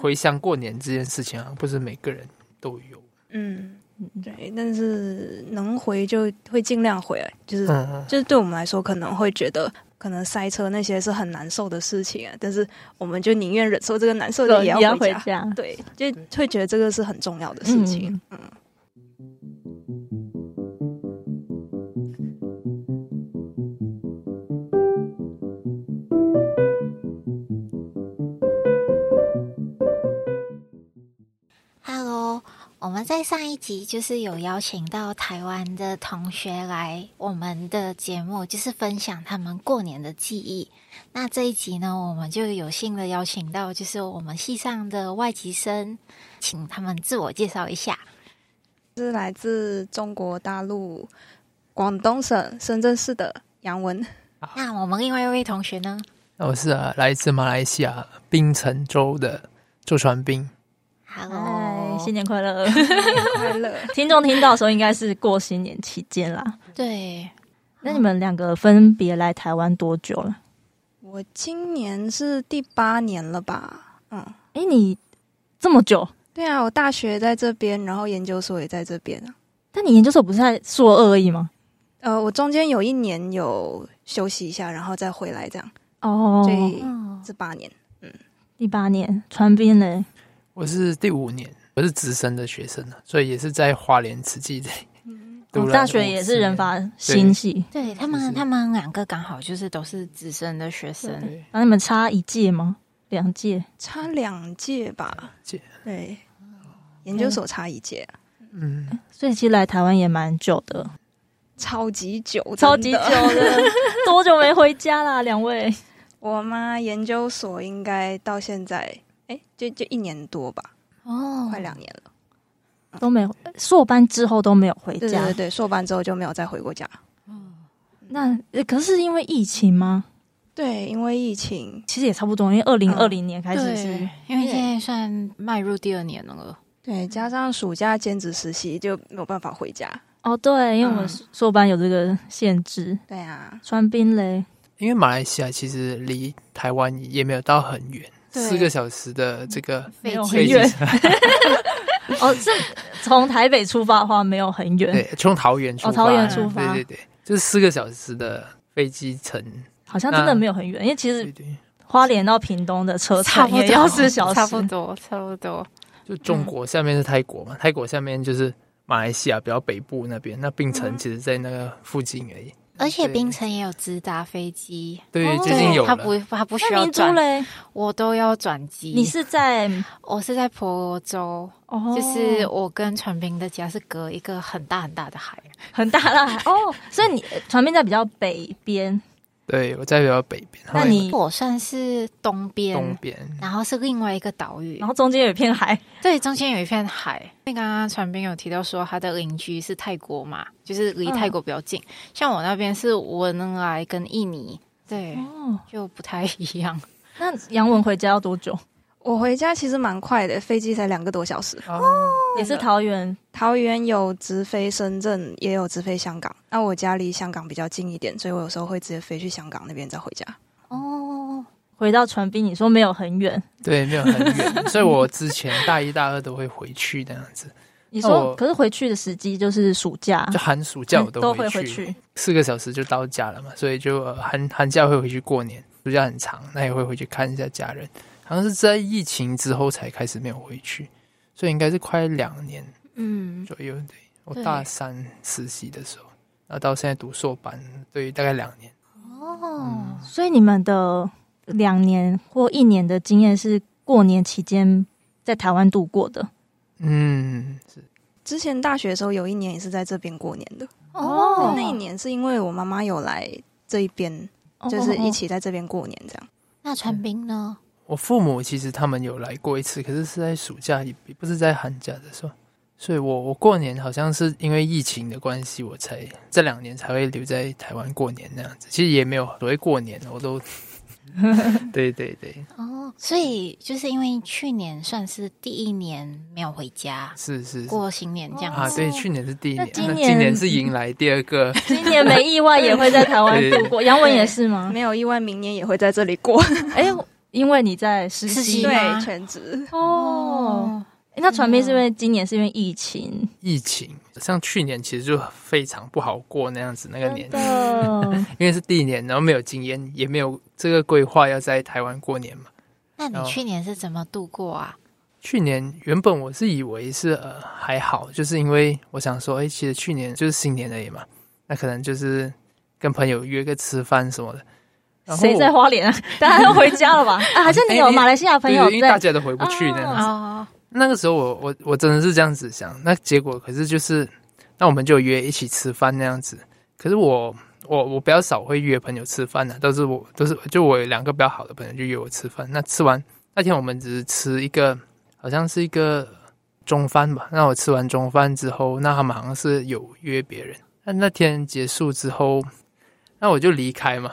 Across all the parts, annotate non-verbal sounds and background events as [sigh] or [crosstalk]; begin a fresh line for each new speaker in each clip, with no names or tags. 回乡过年这件事情啊，不是每个人都有。
嗯，对，但是能回就会尽量回，啊就是、
嗯，
就是对我们来说可能会觉得。可能塞车那些是很难受的事情啊，但是我们就宁愿忍受这个难受的，也
也要
回家。
家。
对，就会觉得这个是很重要的事情。嗯
，Hello，我们在上一集就是有邀请到台湾的同学来我们的节目，就是分享他们过年的记忆。那这一集呢，我们就有幸的邀请到就是我们系上的外籍生，请他们自我介绍一下。
是来自中国大陆广东省深圳市的杨 [laughs] 文。
那我们另外一位同学呢？
那我是、啊、来自马来西亚槟城州的周传斌。
嗨，
Hello，
哎新年快乐！ [laughs]
快乐。
听众听到的时候应该是过新年期间啦。
对，
那你们两个分别来台湾多久了？
我今年是第八年了吧？嗯，
哎、你这么久，
对啊，我大学在这边，然后研究所也在这边啊。
但你研究所不是在硕二而已吗？
呃，我中间有一年有休息一下，然后再回来，这样，
哦
所以
嗯，
这八年。
第八年传兵嘞，
我是第五年，我是直升的学生了，啊所以也是在花莲慈济的。读
哦
了
大学也是人法新系，
对他
就
们，
是
他们两个刚好就是都是资深的学
五
生，
年，
那、你们差一届吗？两届？
差两届吧，
届
对，研究所差一届，
嗯，
所以其实来台湾也蛮久的， [laughs]
超级久，
超级
真
久
的。
的，多久没回家啦？两位
[laughs] 我妈研究所应该到现在，哎，就就一年多吧，
哦
快两年了。
都没有，硕班之后都没有回
对
家
对。对，硕班之后就没有再回过家。
那呃可是因为疫情吗？
对，因为疫情，
其实也差不多，因为二零二零年开始是
嗯对，因为现在算迈入第二年了。
对，加上暑假兼职实习就没有办法回家。
哦，对，因为我们硕班有这个限制，
对啊，
川兵嘞，
因为马来西亚其实离台湾也没有到很远，
对
四个小时的这个
没有
飞
很
机
远。 [laughs]
程
哦，这从台北出发的话没有很远，
对，从桃园出发，
嗯哦桃园出发
对对对，就是四个小时的飞机程，
好像真的
嗯
没有很远，因为其
对
实
对，
花莲到屏东的车
差
程
不多
也要四小时，
差不多，差不多。
就中国下面是泰国嘛，泰国下面就是马来西亚比较北部那边，那槟城其实在那个附近而已，
而且
对
槟城也有直达飞机，
对，
哦
最近
对，
有
他
了，
不他不需
那
要
明珠
转，
嘞，
我都要转机。
你是在
我是在婆罗洲，
哦，
就是我跟传兵的家是隔一个很大很大的海。
很大啦哦，所以你呃船边在比较北边，
对我在比较北边，
那你
我算是东
东
边，
边，
然后是另外一个岛屿
然，后中间有一片海，
对，中间有一片海。因为刚刚传兵有提到说他的邻居是泰国嘛，就是离
嗯
泰国比较近。像我那边是文莱跟印尼，对，
哦，
就不太一样。
那杨文回家要多久？
我回家其实蛮快的，飞机才两个多小时。
哦，
也是桃园
桃园有直飞深圳，也有直飞香港。那我家离香港比较近一点，所以我有时候会直接飞去香港那边再回家。
哦，
回到船滨，你说没有很远，
对，没有很
[laughs]
远，所以我之前大一大二都会回去那样子，
你
那
说
我
可是回去的时机就是暑假，
就寒暑假我
嗯都
回
会回去，
四个小时就到家了嘛，所以就、呃寒寒假会回去过年，暑假很长，那也会回去看一下家人。好像是在疫情之后才开始没有回去，所以应该是快两年
嗯，
左右。对，我
对
大三实习的时候，然后到现在读硕班，对，大概两年。嗯
哦，
所以你们的两年或一年的经验是过年期间在台湾度过的
嗯，是
之前大学的时候有一年也是在这边过年的，
哦
那一年是因为我妈妈有来这一边，
哦
就是一。起在这边过年这样。
那传兵呢？
我父母其实他们有来过一次，可是是在暑假，也不是在寒假的时候。所以我我过年好像是因为疫情的关系，我才这两年才会留在台湾过年那样子。其实也没有所谓过年，我
[laughs]
都对对对，
哦，所以就是因为去年算是第一年没有回家
是是是
过新年这哦样
啊，
子，
对，去年是第一
那
年，
今
那 [laughs]
年
今年是迎来第二个
哦今年没意外也会在台湾度过，杨文也是吗？
没有意外，明年也会在这里过。
哎，因为你在实
实习
习
吗
对，嗯全职。
哦。诶那传媒是因为今年是因为疫情，
疫情，像去年其实就非常不好过那样子那个年
真，的
因为是第一年，然后没有经验，也没有这个规划要在台湾过年嘛。
那你
哦
去年是怎么度过啊？
去年原本我是以为是呃还好，就是因为我想说，哎、其实去年就是新年而已嘛，那可能就是跟朋友约个吃饭什么的。 [laughs] 然后
谁在花莲啊？大家都回家
[laughs]
了吧？啊，好像你有
诶
马来西亚朋
哎对
友
因为大
在
家都回不去那样子。
哦，
那个时候我我我真的是这样子想，那结果可是就是，那我们就约一起吃饭那样子。可是我我我比较少会约朋友吃饭啊的、都是我都是就我有两个比较好的朋友就约我吃饭。那吃完那天我们只是吃一个，好像是一个中饭吧。那我吃完中饭之后，那他们好像是有约别人。那那天结束之后，那我就离开嘛。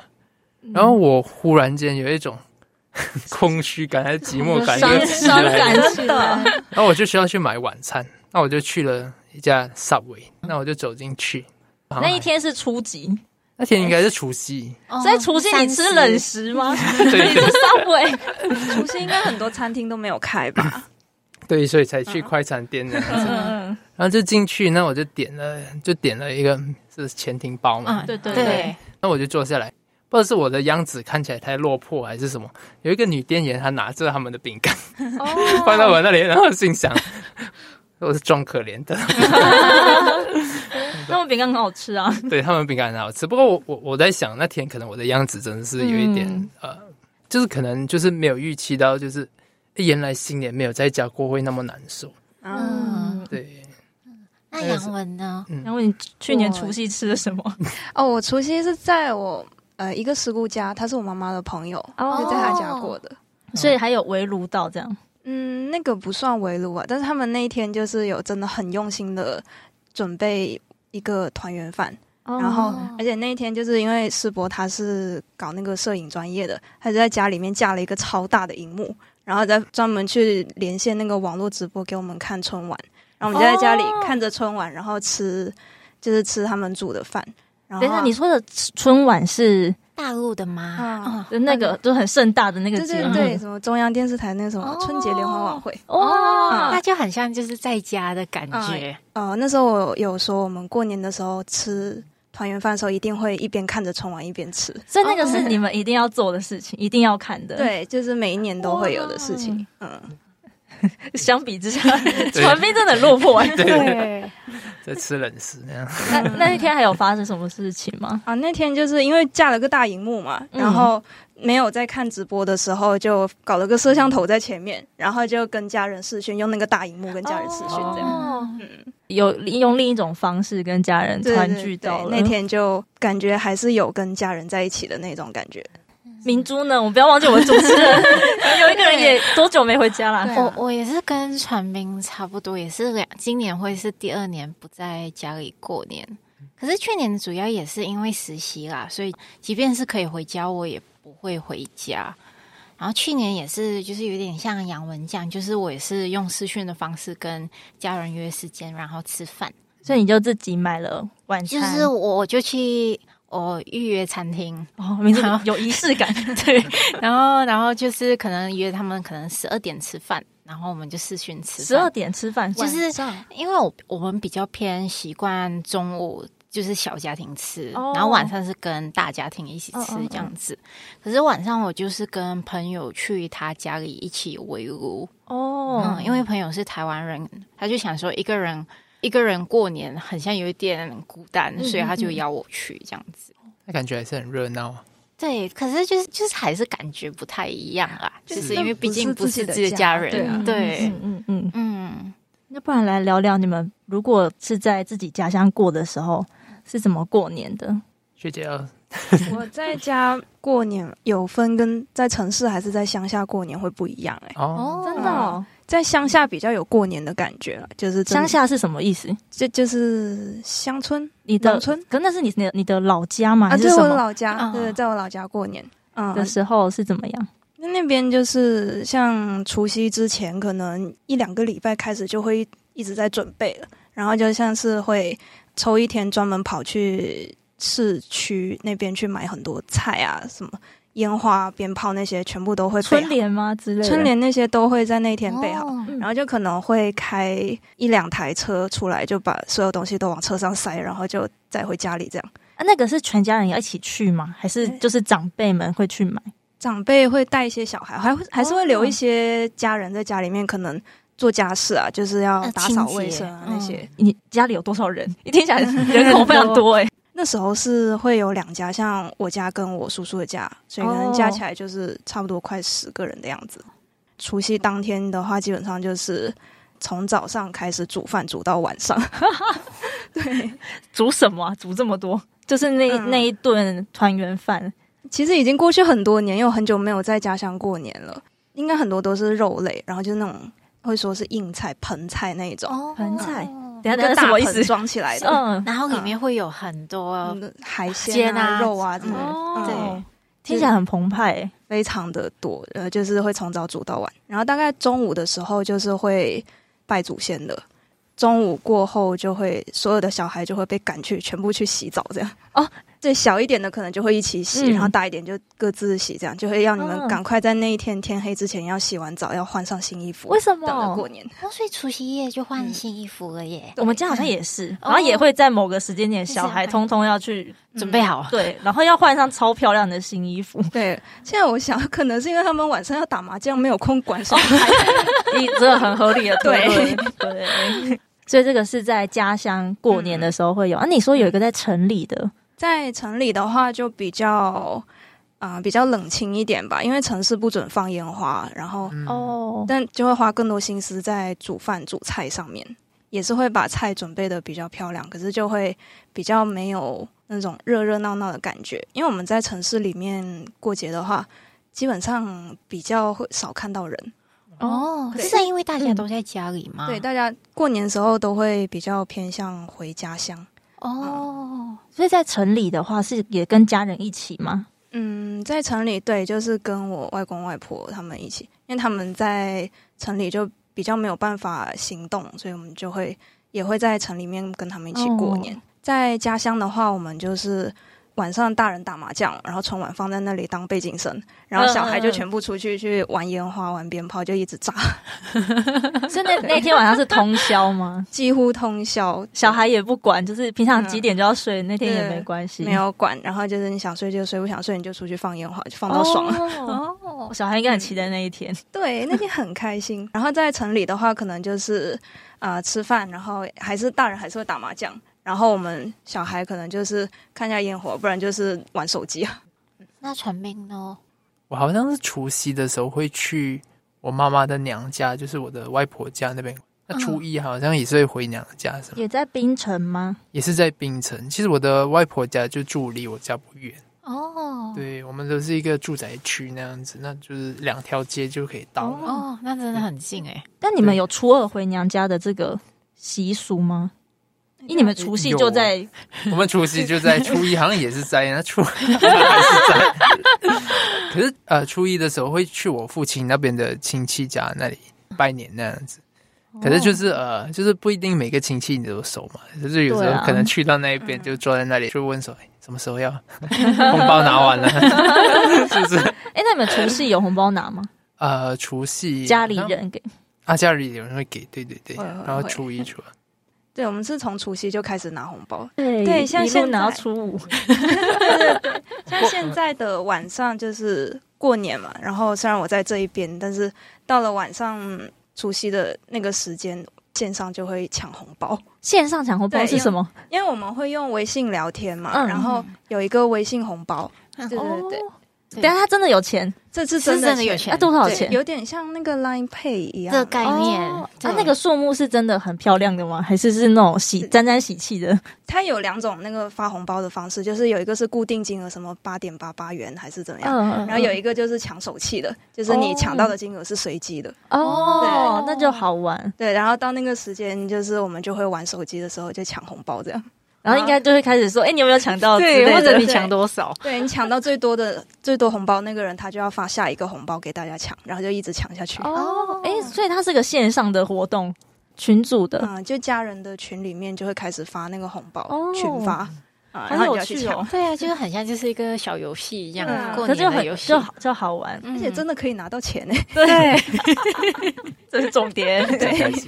然后我忽然间有一种 [laughs] 空虚感还是寂寞感，
[laughs] 伤
又袭
伤
来了
感啊起来。
然后我就需要去买晚餐，那我就去了一家 Subway，那我就走进去。
那一天是初几？
那天应该是除夕，
哦
所以除夕你吃冷食吗？你
对
吃 Subway
除夕应该很多餐厅都没有开吧？
对，所以才去快餐店的。
嗯。
然后就进去，那我就点了，就点了一个是前庭包嘛，
嗯，
对对
对
对，
那我就坐下来。不知道是我的样子看起来太落魄还是什么，有一个女店员她拿着他们的饼干 [laughs]
哦
放到我那里，然后心想 [laughs] 我是装可怜的。
那我饼干很好吃啊，
对他们饼干很好吃，不过我我我在想那天可能我的样子真的是有一点、
嗯
呃，就是可能就是没有预期到，就是诶原来新年没有在家过会那么难受。
嗯，
嗯，
对，嗯
那杨文呢？
然后你去年除夕吃了什么？
哦，我除夕是在我呃一个师姑家，她是我妈妈的朋友，
哦
就在她家过的。
所以还有围炉到这样，
嗯，那个不算围炉啊，但是他们那一天就是有真的很用心的准备一个团圆饭，然后
哦
而且那一天就是因为世博他是搞那个摄影专业的，他就在家里面架了一个超大的荧幕，然后再专门去连线那个网络直播给我们看春晚，然后我们就在家里
哦
看着春晚，然后吃就是吃他们煮的饭。然后
等一下你说的春晚是
大陆的吗
嗯？
就哦那个嗯就很盛大的那个
对
节
对
目，
对，什么中央电视台那个什么春节联欢晚会，
哦，
哇
那，就很像就是在家的感觉。
呃，那时候我有说我们过年的时候吃团圆饭的时候，一定会一边看着春晚一边吃。
所以那个是你们一定要做的事情，一定要看的。，
对，就是每一年都会有的事情。嗯，
相比之下，传斌真的很落魄哎。
对，
在吃冷食那样。
那那一天还有发生什么事情吗？
啊，那天就是因为架了个大荧幕嘛，
嗯
然后没有在看直播的时候，就搞了个摄像头在前面，然后就跟家人视讯，用那个大荧幕跟家人视讯这样。
哦
嗯，
有用另一种方式跟家人
对
团
对
聚
对
到了。
那天就感觉还是有跟家人在一起的那种感 [laughs] 觉。
明珠呢？我们不要忘记我们主持人， [laughs] 有一个人也多久没回家啦？
我我也是跟传斌差不多，也是两今年会是第二年不在家里过年。可是去年主要也是因为实习啦，所以即便是可以回家，我也不会回家。然后去年也是，就是有点像杨文酱，就是我也是用视讯的方式跟家人约时间，然后吃饭。嗯
所以你就自己买了晚
就
餐，
是我我就去我预约餐厅，
哦，明珠有仪式
[laughs]
感，对，
然后然后就是可能约他们可能十二点吃饭，然后我们就视讯吃饭。
十二点吃饭，
就是
晚上
因为我我们比较偏习惯中午就是小家庭吃，
哦
然后晚上是跟大家庭一起吃
嗯嗯嗯
这样子。可是晚上我就是跟朋友去他家里一起围炉，
哦
嗯，，因为朋友是台湾人，他就想说一个人一个人过年很像有一点孤单，
嗯
所以他就
嗯
邀我去这样子。
那感觉还是很热闹啊。
对，可是就是就是还是感觉不太一样啦，
就
就是是因为毕竟
不
不
是自己
是
的
自己
家
的家人，
对啊
对，
嗯嗯嗯，
嗯，
那不然来聊聊你们如果是在自己家乡过的时候是怎么过年的？
学姐哦要
我在家过年有分跟在城市还是在乡下过年会不一样哎、
哦，
嗯
的哦，在乡下比较有过年的感觉了，就是真
乡下是什么意思？
就就是乡村
你的
农，村
可那是你你的你的老家吗？
啊，
还
这
是
是
什
我
么
老家，
啊
对，在我老家过年，嗯，
的时候是怎么样？
那那边就是像除夕之前，可能一两个礼拜开始就会一直在准备了，然后就像是会抽一天专门跑去市区那边去买很多菜啊什么。烟花、鞭炮那些全部都会备
春
好
联吗之类的？
呃春联那些都会在那天备好。
哦
然后就可能会开一两台车出来，就把所有东西都往车上塞，然后就载回家里这样。
啊那个是全家人要一起去吗？还是
对
就是长辈们会去买？
长辈会带一些小孩，还会还是会留
哦
一些家人在家里面，可能做家事啊，就是要
呃
打
清
扫
洁嗯
卫生啊那些。
你家里有多少人？一听起来 [laughs] 人口非常多哎、
那时候是会有两家，像我家跟我叔叔的家，所以可能加
哦
起来就是差不多快十个人的样子。除夕当天的话，基本上就是从早上开始煮饭，煮到晚上。 [laughs] 对，
煮什么、啊？煮这么多？就是那、
嗯
那一顿团圆饭，
其实已经过去很多年，又很久没有在家乡过年了。应该很多都是肉类，然后就是那种会说是硬菜、盆菜那一种，
哦
盆菜等
那
一下
个
等一下什
大
么意思
盆？装起来的。
嗯，
然后里面会有很多
嗯海
煎
鲜
啊
啊、肉啊之类的，
哦，
对，
听起来很澎湃、欸。
非常的多，呃，就是会从早煮到晚，然后大概中午的时候就是会拜祖先的，中午过后就会所有的小孩就会被赶去，全部去洗澡这样。
哦，
对，小一点的可能就会一起洗，
嗯
然后大一点就各自洗，这样就会让你
哦
们赶快在那一天天黑之前要洗完澡，要换上新衣服。
为什么
等着过年？ [laughs]
哦，所以除夕夜就换
嗯
新衣服了耶，
我们家好像也是，
哦
然后也会在某个时间点，
是
小孩
很
通通要去
准备好
对，然后要换上超漂亮的新衣服。
对，现在我想可能是因为他们晚上要打麻将，没有空管小
哦
孩。
[laughs] 你这个很合理的推论
对
对。所以这个是在家乡过年的时候会有、啊。你说有一个在城里的，
在城里的话，就比较啊、比较冷清一点吧，因为城市不准放烟花，然后
哦，
哦，
但就会花更多心思在煮饭煮菜上面，也是会把菜准备的比较漂亮，可是就会比较没有那种热热闹闹的感觉，因为我们在城市里面过节的话，基本上比较会少看到人，
哦，
对
是因为大家
嗯
都在家里
啊
吗？
对，大家过年时候都会比较偏向回家乡。嗯
哦，
所以在城里的话是也跟家人一起吗？
嗯，在城里对，就是跟我外公外婆他们一起，因为他们在城里就比较没有办法行动，所以我们就会也会在城里面跟他们一起过年。
哦
在家乡的话，我们就是晚上大人打麻将，然后春晚放在那里当背景声，然后小孩
嗯
就
嗯嗯
全部出去去玩烟花、玩鞭炮，就一直炸，？
所以那那天晚上是通宵吗
[laughs] 几乎通宵。
小孩也不管，就是平常
嗯
几点就要睡，那天也没关系，
没有管，然后就是你想睡就睡，不想睡你就出去放烟花，就放到爽。嗯
哦
哦，
小孩应该很期待那一天。
对，那天很开心。然后在城里的话，可能就是啊吃饭，然后还是大人还是会打麻将，然后我们小孩可能就是看一下烟火，不然就是玩手机啊。
那陈斌呢？
我好像是除夕的时候会去我妈妈的娘家，就是我的外婆家那边。那初一好像也是会回娘家，是吗？
也在槟城吗？
也是在槟城。其实我的外婆家就住离我家不远，
哦，
对我们都是一个住宅区那样子，那就是两条街就可以到
嗯
了。
哦，那真的很近哎、
但你们
对
有初二回娘家的这个习俗吗？因为你们除夕就在
我们除夕就在初一，好 [laughs] 像也是在
[laughs]
那初还是在。可是呃，初一的时候会去我父亲那边的亲戚家那里拜年那样子。
哦
可是就是呃，就是不一定每个亲戚你都熟嘛，就是有时
对
候
啊
可能去到那一边就坐在那里就问说，哎什么时候要 [laughs] 红包拿完
[laughs]
了， [laughs] 是不是？
哎、那你们除夕有红包拿吗？
呃，除夕
家里
好像
人给
啊，家里有人会给，对对对，
会会
然后
会
初一初二。
对，我们是从除夕就开始拿红包， [laughs]
[laughs] 对
对像
一路
现
拿到
在
初五，
像现在的晚上就是过年嘛，然后虽然我在这一边，但是到了晚上除夕的那个时间，线上就会抢红包。
线上抢红包
对
是什么？
因为我们会用微信聊天嘛，
嗯
然后有一个微信红包，
嗯
对对对，
哦
对
等一下他真的有钱，
这次
是
真
真的
钱
有钱
那多少
对
钱？
有点像那个 Line Pay 一样
这个概念，
哦
对
啊，那个数目是真的很漂亮的吗？还是是那种喜沾沾喜气的？
它有两种那个发红包的方式，就是有一个是固定金额，什么八点八八元还是怎么样。
嗯，
然后有
一
一个就是抢手气的，就是
哦
你抢到的金额是随机的，
哦，
对
那就好玩。
对。然后到那个时间，就是我们就会玩手机的时候就抢红包这
[laughs]
样。
然后应该就会开始说，哎，你有没有抢到之类
对，
的？
或者你
对
抢多少？
对你抢到最多的最多红包那个人，他就要发下一个红包给大家抢，然后就一直抢下去。
哦，哎，所以它是个线上的活动，群组的
嗯，就家人的群里面就会开始发那个红包，
哦
群发。啊，然
好
后你
有
就要去
趣
抢
哦。。
对啊，就是很像就是一个小游戏一样，
对啊
过
嗯可是就
年的
很
游戏
就，好就好玩。
嗯
而
而且真的可以拿到钱呢、
对，
这是重点。
很 [laughs] 开心。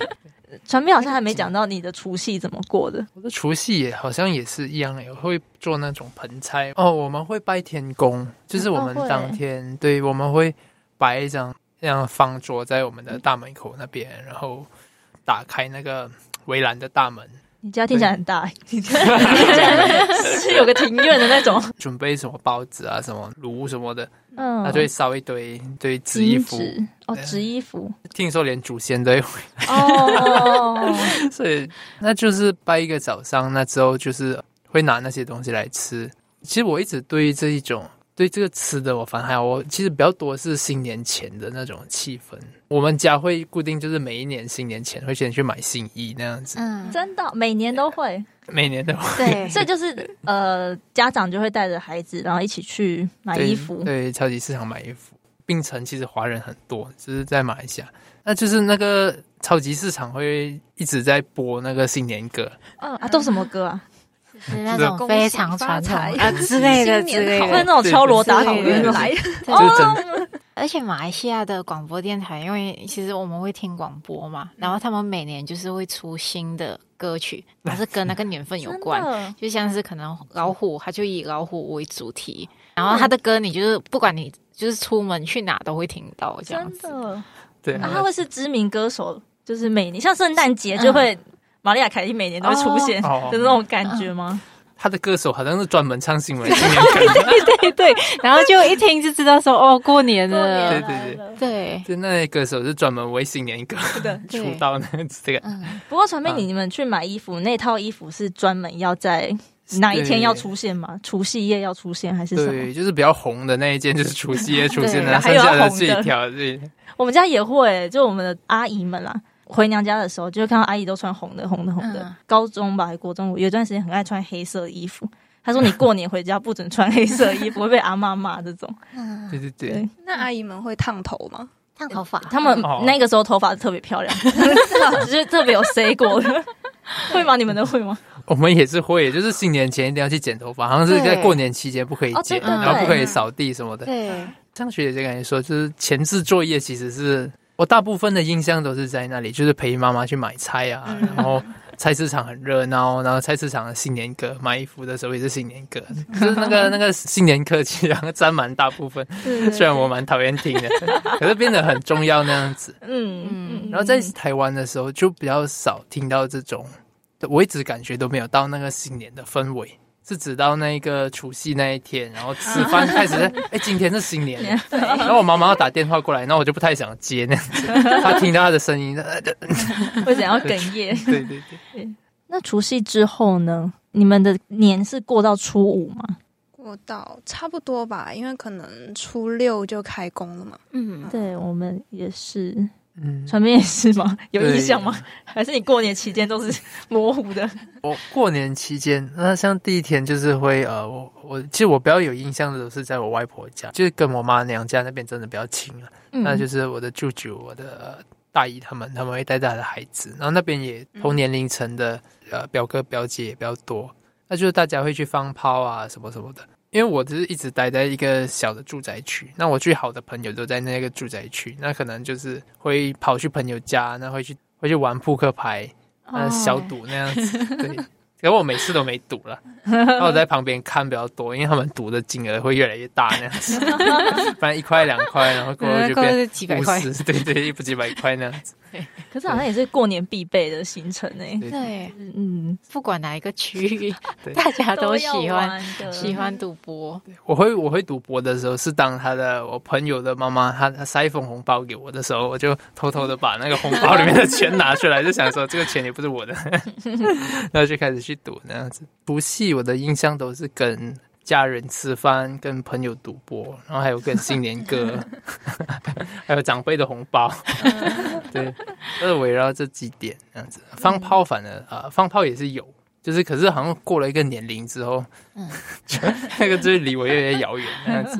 传斌好像还没讲到你的除夕怎么过的。
我的除夕也好像也是一样欸诶，我会做那种盆菜哦，我们会拜天公，就是我们
哦会
当天、对我们会摆一张那样方桌在我们的大门口那边，然后打开那个围栏的大门，
你家听起来很大，你家是有个庭院的那种。
准备什么包子啊、什么炉什么的，
嗯
他就会烧一堆堆纸衣
金
服。
纸哦，
对
纸衣服
听说连祖先都会
哦，
所以那就是拜一个早上，那之后就是会拿那些东西来吃。其实我一直对于这一种对这个吃的，我反而还好我其实比较多是新年前的那种气氛。我们家会固定就是每一年新年前会先去买新衣那样子，
嗯，
真的每年都会，
每年都会
对，
所以就是呃，家长就会带着孩子，然后一起去买衣服。
对对超级市场买衣服。槟城其实华人很多，就是在马来西亚，那就是那个超级市场会一直在播那个新年歌，
嗯啊，都什么歌啊？
是那
[laughs]
种非常传统
恭喜
啊之类的
新
之
年
类
好
会
的。
那种敲锣打鼓
对对对
的那种。
来，
哦
就是整
而且马来西亚的广播电台，因为其实我们会听广播嘛，
嗯
然后他们每年就是会出新的歌
[laughs]
曲，然后是跟那个年份有关
真。的哦
就像是可能老虎，它就以老虎为主题，
嗯
然后它的歌你就是不管你就是出门去哪都会听到这样
真
子。
的，哦
对
啊，他会是知名歌手，就是每年像圣诞节就会，玛利亚凯莉每年都会出现的
哦
那种感觉吗？
他的歌手好像是专门唱新闻新年歌，
对对，然后就一听就知道说哦，过
嗯
年
过年
了。
对对对
来了
对，
就那些歌手是专门为新年歌出道那样子这个。
嗯，
不过传媒，你
啊
你们去买衣服，那套衣服是专门要在哪一天要出现吗？除夕夜要出现还是什么？
对，就是比较红的那一件，就是除夕夜出现
对
的，剩下的这一条对，
我们家也会，就我们的阿姨们啦。回娘家的时候，就会看到阿姨都穿红的、红的、红的。
嗯
高中吧，还国中，我有一段时间很爱穿黑色的衣服。她说：“你过年回家不准穿黑色的衣服，会被阿妈骂。”这种，
对对对
对，
那阿姨们会烫头吗？
烫头发，
他们
哦
那个时候头发特别漂亮，就是特别有 say 过的。 [laughs] 会吗？你们都会吗？
我们也是会，就是新年前一定要去剪头发，好像是在过年期间不可以剪，
对哦对对
然后不可以
对
扫地什么的。
对，
像学姐这感觉说，就是前置作业其实是我大部分的印象都是在那里，就是陪妈妈去买菜啊，
嗯
然后菜市场很热闹，然后菜市场的新年歌，买衣服的时候也是新年歌，就是那个那个新年歌曲，然后占满大部分。虽然我蛮讨厌听的，可是变得很重要那样子。
嗯嗯。
然后在台湾的时候就比较少听到这种，我一直感觉都没有到那个新年的氛围。是直到那个除夕那一天，然后吃饭开始在，
啊
哎、今天是新年
[laughs]
了，然后我妈妈要打电话过来，然后我就不太想接那样子。她听到她的声音， [laughs] 呃对
嗯会想要哽咽。
对对对，
那除夕之后呢？你们的年是过到初五吗？
我到差不多吧，因为可能初六就开工了嘛。
嗯，
对我们也是，
嗯，
[laughs] 传媒也是吗？有
对
印象吗？ [laughs] 还是你过年期间都是模糊的？
我过年期间，那像第一天就是会呃，我我其实我比较有印象的都是在我外婆家，就是跟我妈娘家那边真的比较亲啊。
嗯
嗯
那就是我的舅舅、我的呃大姨他们，他们会带着他的孩子，然后那边也
嗯
同年龄层的、呃表哥表姐也比较多，那就是大家会去放炮啊什么什么的。因为我只是一直待在一个小的住宅区，那我最好的朋友都在那个住宅区，那可能就是会跑去朋友家，那会去会去玩扑克牌，
哦
哦
呃，小赌那样子。对，可是我每次都没赌了，然后我在旁边看比较多，因为他们赌的金额会越来越大那样子， [laughs] 不然一块两块，然后过后就
[laughs] 过后
变
就几百块
50对对，一不几百块那样子。
可是好像也是过年必备的行程诶、
对
对，
嗯，
不管哪一个区域
[laughs] 对，
大家都
要
喜欢
玩嗯的
喜欢赌博。
我会我会赌博的时候，是当他的我朋友的妈妈她她塞一封红包给我的时候，我就偷偷的把那个红包里面的钱拿出来，就想说这个钱也不是我的，然后就开始去赌那样子。除夕我的印象都是跟家人吃饭、跟朋友赌博，然后还有跟新年歌，还有长辈的红包，对，都是围绕这几点那样子。放炮反而啊、呃放炮也是有。就是，可是好像过了一个年龄之后，那个就是离我越来越遥远那样子。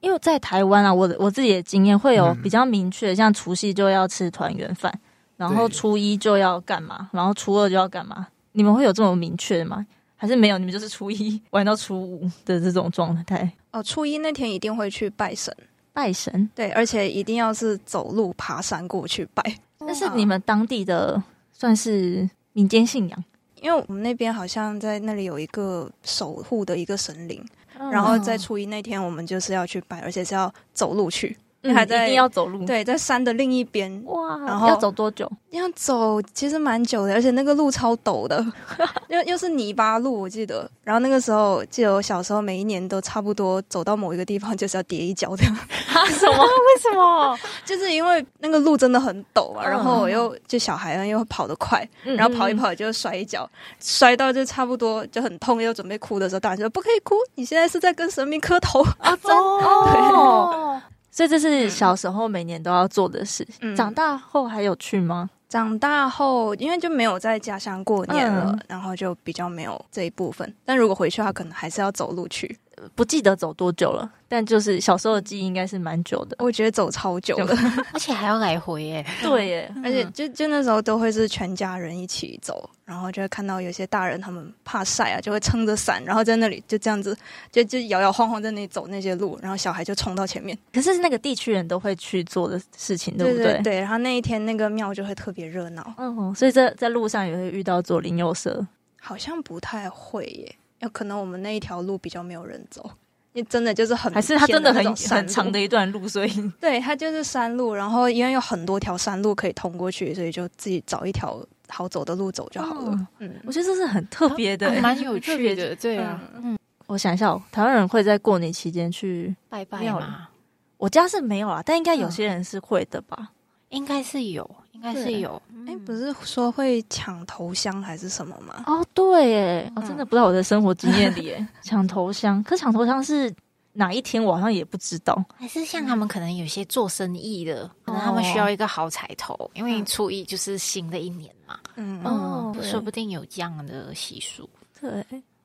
因为在台湾啊，我的我自己的经验会有
嗯
比较明确，像除夕就要吃团圆饭，然后
对
初一就要干嘛，然后初二就要干嘛。你们会有这么明确的吗？还是没有？你们就是初一玩到初五的这种状态，
哦，初一那天一定会去拜神，
拜神。
对，而且一定要是走路爬山过去拜，
那是你们当地的算是民间信仰，
因为我们那边好像在那里有一个守护的一个神灵，
嗯
然后在初一那天我们就是要去拜，而且是要走路去，
嗯
还
一
在
定要走路，，
对，在山的另一边。
哇，
然后
要走多久？
要走其实蛮久的，而且那个路超陡的， [laughs] 又又是泥巴路，我记得。然后那个时候，记得我小时候每一年都差不多走到某一个地方就是要跌一跤这样， [laughs]
什么？为什么？
就是因为那个路真的很陡啊。
嗯
然后我又就小孩啊，又跑得快，
嗯
然后跑一，跑就摔一跤，摔到就差不多就很痛，又准备哭的时候，大人说不可以哭，你现在是在跟神明磕头。 [laughs]
啊，真哦。所以这是小时候每年都要做的事。
嗯
长大后还有去吗？
长大后，因为就没有在家乡过年了，
嗯
然后就比较没有这一部分。但如果回去的话，可能还是要走路去。
不记得走多久了，但就是小时候的记忆应该是蛮久的。
我觉得走超久的， [laughs]
嗯
而且还要来回耶，
对耶，
而且就就那时候都会是全家人一起走，然后就会看到有些大人他们怕晒啊，就会撑着伞，然后在那里就这样子，就就摇摇晃晃在那里走那些路，然后小孩就冲到前面。
可是那个地区人都会去做的事情，对不
对对，然后那一天那个庙就会特别热闹，
嗯，所以在在路上也会遇到左邻右舍，
好像不太会耶，有可能我们那一条路比较没有人走，因为真的就是很
还是他真的
偏那
很
种山
很
路
长的一段路，所以
对，它就是山路，然后因为有很多条山路可以通过去，所以就自己找一条好走的路走就好了。
哦
嗯，
我觉得这是很特别
[laughs]
的、
还蛮有趣的，对啊，
嗯
我想一下、哦，台湾人会在过年期间去，
拜拜
妙
嘛，
我家是没有啦，但应该有些人是会的吧？
应该是有，应该是
对啊
有。
哎、不是说会抢头香还是什么吗？
哦，对耶，哦，
嗯
真的不在我的生活经验里 [laughs] 耶。抢头香，可是抢头香是哪一天，我好像也不知道。
还是像他们可能有些做生意的，可能他们
哦
需要一个好彩头，因为初一就是新的一年嘛，
嗯，
哦对
说不定有这样的习俗。
对，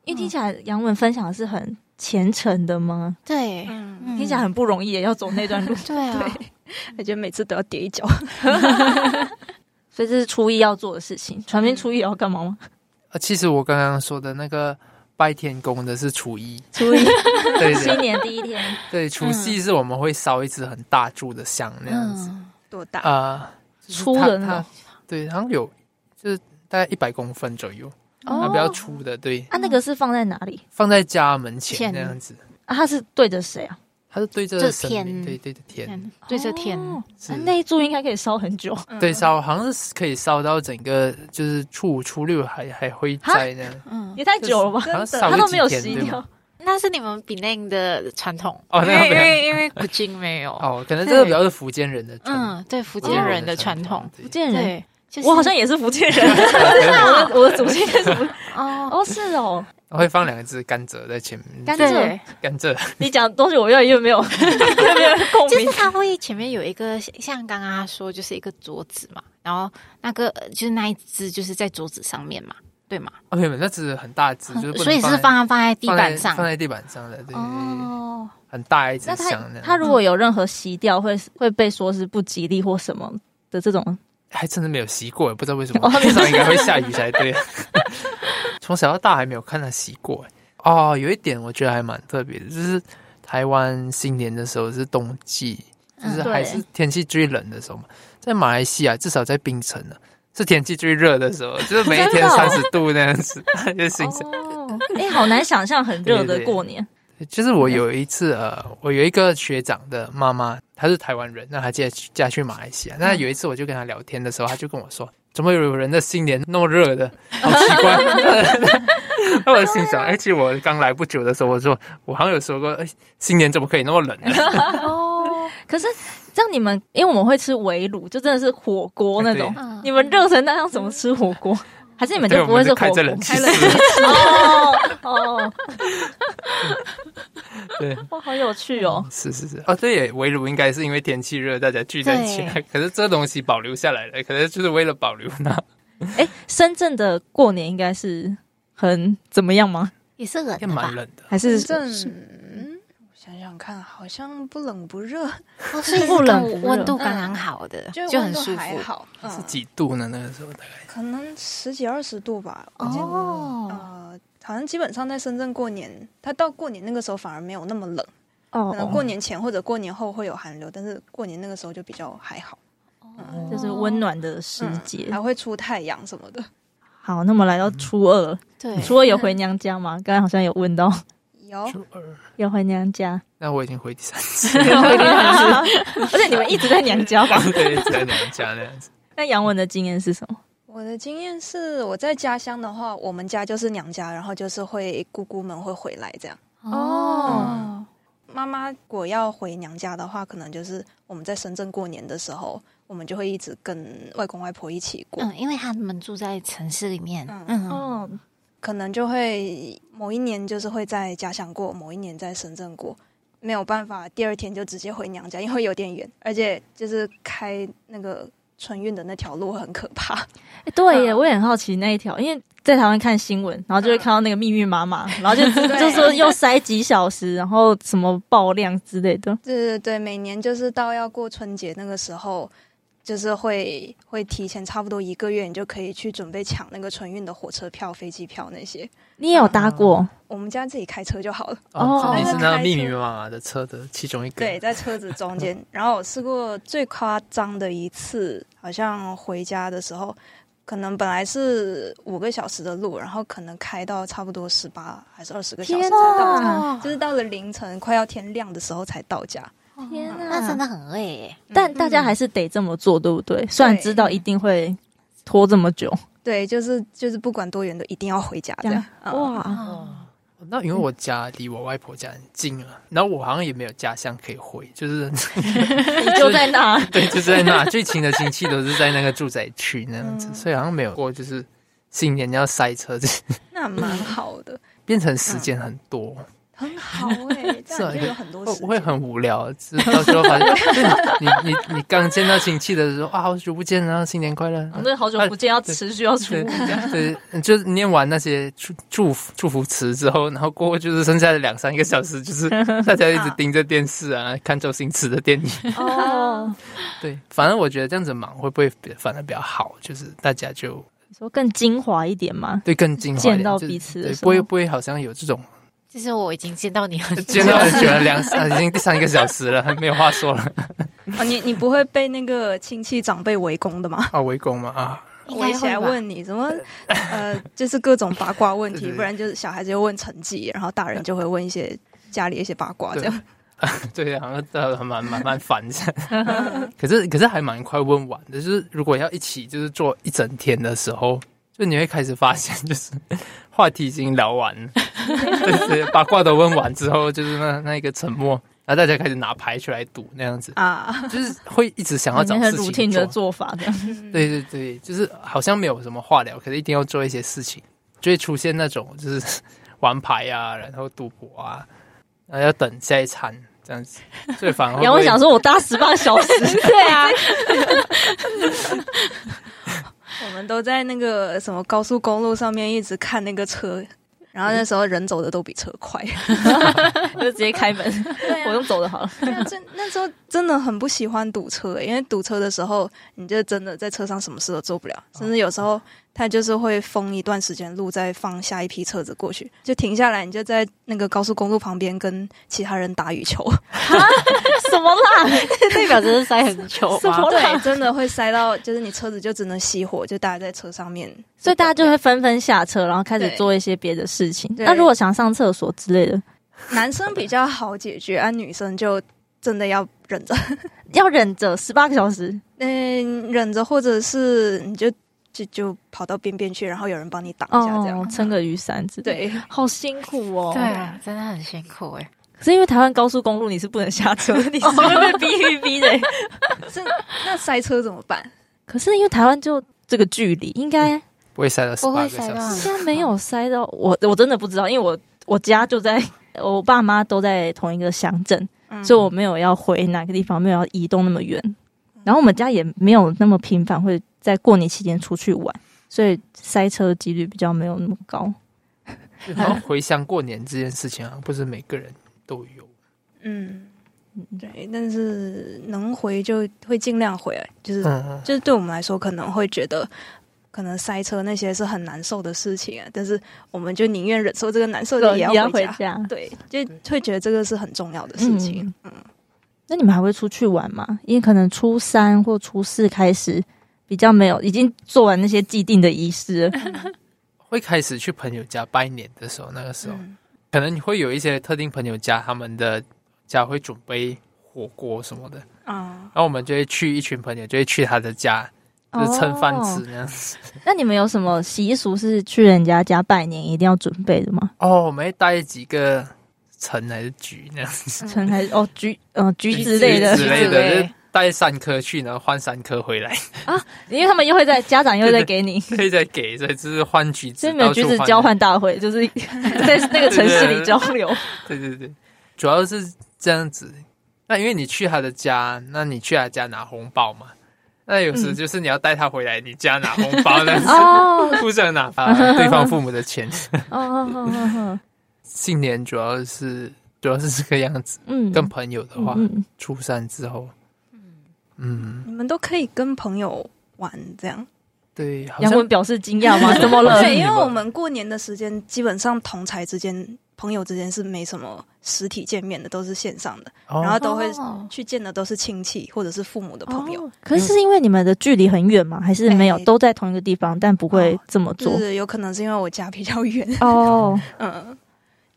因为听起来杨文分享的是很虔诚的吗？
对，
嗯
嗯，
听起来很不容易耶，要走那段路
对啊，
我觉得每次都要跌一跤。
[laughs] 所以这是初一要做的事情。传斌初一也要干嘛吗？
啊，其实我刚刚说的那个拜天公的是初一，
初一，
对
新
对
年第一天，
对，除夕是我们会烧一支很大柱的香那样子
嗯，
多大？
啊，就是
初
它
人
它
了。
对，好像有就是大概一百公分左右，啊
哦
比较粗的，对，
啊，那个是放在哪里？
放在家门前
前
那样子，
啊，它是对着谁啊？
它是对
就
着
是
神
天
明，对对着天，
天嗯对这天，
哦
是
啊那一株应该可以烧很久。
嗯
对烧，好像是可以烧到整个就是初五初六还还会
哈
在那样，
嗯，
也太久了吧？
好像
真的
烧
它
了
都没有
几天
熄
对
掉
吗？。
那是你们比内的传统
哦
因
那
为
个
因为因为古晋没有，
哦，可能这个比较是福建人的传，
嗯，对福
福
建人的传统，
对
福建人，
对，就是
哦我好像也是福建
[laughs]
人，我的我的祖先也是福。
哦，
哦，是哦，
会放两只甘蔗在前面，
甘
就是
蔗
对。
甘蔗，
你讲的东西我越来越没有 [laughs] 越来越没有共
就是
鸣。
它会前面有一个像刚刚他说，就是一个桌子嘛，然后那个呃就是那一只就是在桌子上面嘛，对嘛，
哦，没有，那只很大只，
嗯
就是不能
所以是
在
放在放在地
放在
板上
放在地板上的，对对对，
哦，
很大一只
那
香
它
的，
它如果有任何吸掉，会会被说是不吉利或什么的这种
还真的没有洗过，不知道为什 [laughs]
哦
么，平常应该会下雨才对。 [laughs] 从小到大还没有看它洗过。哦，有一点我觉得还蛮特别的，就是台湾新年的时候是冬季，就是
嗯对
还是天气最冷的时候嘛。在马来西亚，至少在槟城呢、是天气最热的时候，就是每一
真
天
的哦
三十度那样子， [laughs] 就是新鲜。
哦，哎、好难想象很热
对对
的
对
过年，
就是
嗯
我有一次，呃，我有一个学长的妈妈，她是台湾人，那她嫁去嫁去马来西亚。
嗯
那有一次我就跟她聊天的时候，她就跟我说：“怎么有人的新年那么热的？好奇
[laughs]
怪。” [laughs] 那我心想，而且我刚来不久的时候，我说我好像有说过，哎，新年怎么可以那么冷啊
哎
呢？
可是这样你们，因为我们会吃围炉，就真的是火锅那种
对。
嗯
你们热成那样，怎么吃火锅？还是你们
对
就不会是
我们是
火
开
锅？
着冷气 [laughs]
开冷气吃哦哦，
对，
哇，好有趣哦！
是是是，哦，对耶，围炉应该是因为天气热，大家聚在一起
对。
[laughs] 可是这东西保留下来了，可能就是为了保留那
哎、深圳的过年应该是很怎么样吗？
也是冷的
也蛮
吧？
冷的。
还是
正嗯我想想看，好像不冷不热，
哦所以
不
是
冷
跟
不热
温度刚刚好的，
就
就
温
很
度
舒
还
服。
好，嗯，
几度呢？那个时候大概
可能十几二十度吧。我记得
哦，
呃，好像基本上在深圳过年，它到过年那个时候反而没有那么冷，
哦
可能过年前或者过年后会有寒流，但是过年那个时候就比较还好，
哦就是温暖的时
嗯
节。
还会出太阳什么的。
好，那我们来到初二，
对，
初二有回娘家吗？刚才好像有问 [laughs] 到
[laughs] 有，
初二，
有回娘 [laughs] 家，
那我已经回第三次，
[laughs] 而且你们一直在娘家吧？
[laughs] 对，在娘家那样子。
那杨文的经验是什么？
我的经验是我在家乡的话，我们家就是娘家，然后就是会姑姑们会回来这样。嗯
哦，
妈妈如果要回娘家的话，可能就是我们在深圳过年的时候，我们就会一直跟外公外婆一起过，
嗯，因为他们住在城市里面，
嗯
嗯，
哦，
可能就会某一年就是会在家乡过，某一年在深圳过，没有办法，第二天就直接回娘家，因为有点远，而且就是开那个春运的那条路很可怕。
诶哎对耶，
嗯
我也很好奇那一条，因为在台湾看新闻，然后就会
嗯
看到那个密密麻麻，然后就
对
就说又塞几小时，然后什么爆量之类的。
对对对，每年就是到要过春节那个时候，就是会会提前差不多一个月，你就可以去准备抢那个春运的火车票、飞机票那些。
你也有搭过？
我们家自己开车就好了。
哦
哦，
你是那个密密麻麻的车的其中一个。
对，在车子中间。然后我试过最夸张的一次，好像回家的时候，可能本来是五个小时的路，然后可能开到差不多十八还是二十个小时才到家，
哦
就是到了凌晨快要天亮的时候才到家。
天啊哪
那真的很累耶。
但大家还是得这么做，对不对？虽然知道一定会拖这么久，
对，就是就是不管多远都一定要回家这样。嗯，
哇，
哦，
那因为我家离我外婆家很近啊，然后我好像也没有家乡可以回，就是 [laughs]
你就在那。 [laughs]
对，就是在那最亲的亲戚都是在那个住宅区那样子，
嗯
所以好像没有过就是新年要塞车，就是
那蛮好的，
变成时间很多，
很好哎、这
是啊
样就有很多
我
时
我会
间。
很无聊，就是到时候发现 [laughs] 就是你你你刚见到亲戚的时候啊，好久不见，然后新年快乐，
我们好久不见，要持续要
[laughs]
出
对对，嗯就是念完那些祝祝福祝福词之后，然后过后就是剩下的两三个小时，就是
[laughs]
大家一直盯着电视啊，看周星驰的电影。
哦。
[laughs] 对，反正我觉得这样子忙会不会比反而比较好？就是大家就
你说更精华一点吗？
对更精华一点，
见到
就
彼此的
对，
时候
不会不会好像有这种
就是我已经见到你很
见到人觉得两 [laughs] 啊已经第三个小时了，没有话说了
哦，你你不会被那个亲戚长辈围攻的吗？
[laughs] 啊，围攻嘛啊，
应
围
该
起来
会吧
问你什么，呃，就是各种八卦问
对
题，
对
不然就是小孩子就问成绩，然后大人就会问一些家里一些八卦这样。
对，好像呃蛮蛮蛮烦的。 [laughs] 可是可是还蛮快问完的，就是如果要一起就是做一整天的时候，就你会开始发现，就是话题已经聊完了，就是八卦都问完之后，就是那那一个沉默，然后大家开始拿牌出来赌那样子，
啊， [laughs]
就是会一直想要找
很
事
哦 routine
情
的
做。
做法这样。
对对对，就是好像没有什么话聊，可是一定要做一些事情，就会出现那种就是 [laughs] 玩牌啊，然后赌博啊，然后要等下一餐这样子，所以反而会
[laughs] [laughs] 然后我想说，我搭十八小时， [laughs] 对啊，
我们都在那个什么高速公路上面一直看那个车，然后那时候人走的都比车快。
就直接开门，我用走的好了。
[laughs] 对啊，真那时候真的很不喜欢堵车、欸因为堵车的时候，你就真的在车上什么事都做不了，甚至有时候他就是会封一段时间路，再放下一批车子过去，就停下来，你就在那个高速公路旁边跟其他人打羽球，
[laughs] 什么啦？ [laughs]
代表真是塞很久
[laughs]
什么啦？
对，真的会塞到，就是你车子就只能熄火，就大家在车上面，
所以大家就会纷纷下车，然后开始
对
做一些别的事情。
对
那如果想上厕所之类的，
男生比较好解决，啊，女生就真的要忍着， [laughs]
要忍着十八个小时，
嗯，忍着，或者是你就就就跑到边边去，然后有人帮你挡一下，这样、
哦，撑个雨伞之类
[laughs]
的，
对。
好辛苦哦。
对，啊，真的很辛苦哎。
可是因为台湾高速公路你是不能下车，你是会被逼逼逼的。
这那塞车怎么办？
[laughs] 可是因为台湾就这个距离，应该应
不会塞到十
不
八
会
个
塞
小
到
嗯
哦
时。
该没有塞到我，我真的不知道，因为我我家就在。我爸妈都在同一个乡镇，
嗯
所以我没有要回哪个地方，没有要移动那么远。然后我们家也没有那么频繁会在过年期间出去玩，所以塞车几率比较没有那么高。
然后回乡过年这件事情，好像不是每个人都有。
嗯，对，但是能回就会尽量回来，就是、
嗯，
就是对我们来说可能会觉得可能塞车那些是很难受的事情啊，但是我们就宁愿忍受这个难受的，
也
要
回
家。
家。
对，就会觉得这个是很重要的事情。嗯
那你们还会出去玩吗？因为可能初三或初四开始比较没有，已经做完那些既定的仪式了。
[laughs] 会开始去朋友家拜年的时候，那个时候、
嗯
可能你会有一些特定朋友家，他们的家会准备火锅什么的，
啊，
然后我们就会去一群朋友，就会去他的家， [laughs] 就是蹭饭吃
哦。
那样子。
那你们有什么习俗是去人家家拜年一定要准备的吗？
哦，我们会带几个橙还是橘那样
[laughs]
子，
嗯
橙还是哦橘呃橘子类的
橘子，类
橘子类
的，就带三颗去，然后换三颗回来，
因为他们又会在家长又会再给你，
可以再
[laughs]
给，所以就是换橘子，
所以你们有橘
到
子
处
交。换大会，就是 [laughs] 在那个城市里交流。
对对对，主要是这样子。那因为你去他的家，那你去他家拿红包嘛，那有时就是你要带他回来你家拿红
[laughs]
包，那是
哦
互相拿啊对方父母的钱。
哦哦哦哦，
新年主要是主要是这个样子，
嗯，
跟朋友的话，
嗯嗯
初三之后，嗯，
你们都可以跟朋友玩这样。
对，好
杨
像
文表示惊讶
[laughs]
吗？怎么了？
对，因为我们过年的时间基本上同才之间、朋友之间是没什么实体见面的，都是线上的，
哦
然后都会
哦
去见的都是亲戚或者是父母的朋友。
哦可是是因为你们的距离很远吗？还是没有
哎
都在同一个地方，但不会这么
就
做？
哦是有可能是因为我家比较远， [laughs]
哦，
嗯，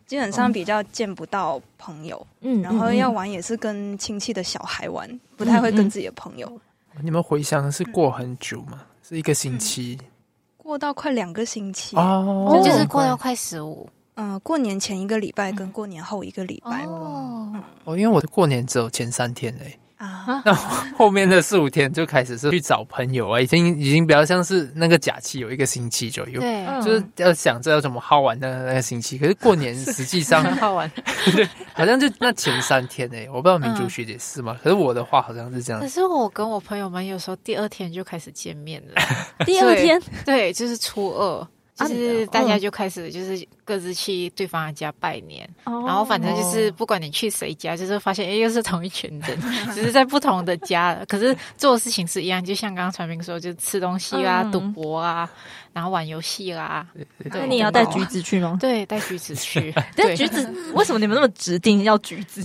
基本上比较见不到朋友，
嗯
然后要玩也是跟亲戚的小孩玩，不太会跟自己的朋友。
你们回乡是
嗯
过很久吗？是一个星期
过到快两个星期，嗯、
哦，
就是过到快十五
过年前一个礼拜跟过年后一个礼拜、
哦，
哦，因为我的过年只有前三天哎，
啊，
那后面的四五天就开始是去找朋友啊，已经已经比较像是那个假期有一个星期左右，
对，
嗯
就是要想着要怎么好玩的那个星期。可是过年实际
[laughs]
上
很好玩。
好像就那前三天诶、我不知道民族学姐是吗？可是我的话好像是这样
可，是我跟我朋友们有时候第二天就开始见面了，
第二天
对，就是初二，
啊
就是大家就开始就是各自去对方的家拜年，
哦
然后反正就是不管你去谁家，就是发现哎又是同一群人， [laughs] 只是在不同的家了，可是做的事情是一样，就像刚刚传明说，就吃东西啦、
嗯
赌博啊，然后玩游戏啦，
那
对
你也要带橘子去吗？
对，带橘子去，哎
但
对
橘子为什么你们那么指定要橘子？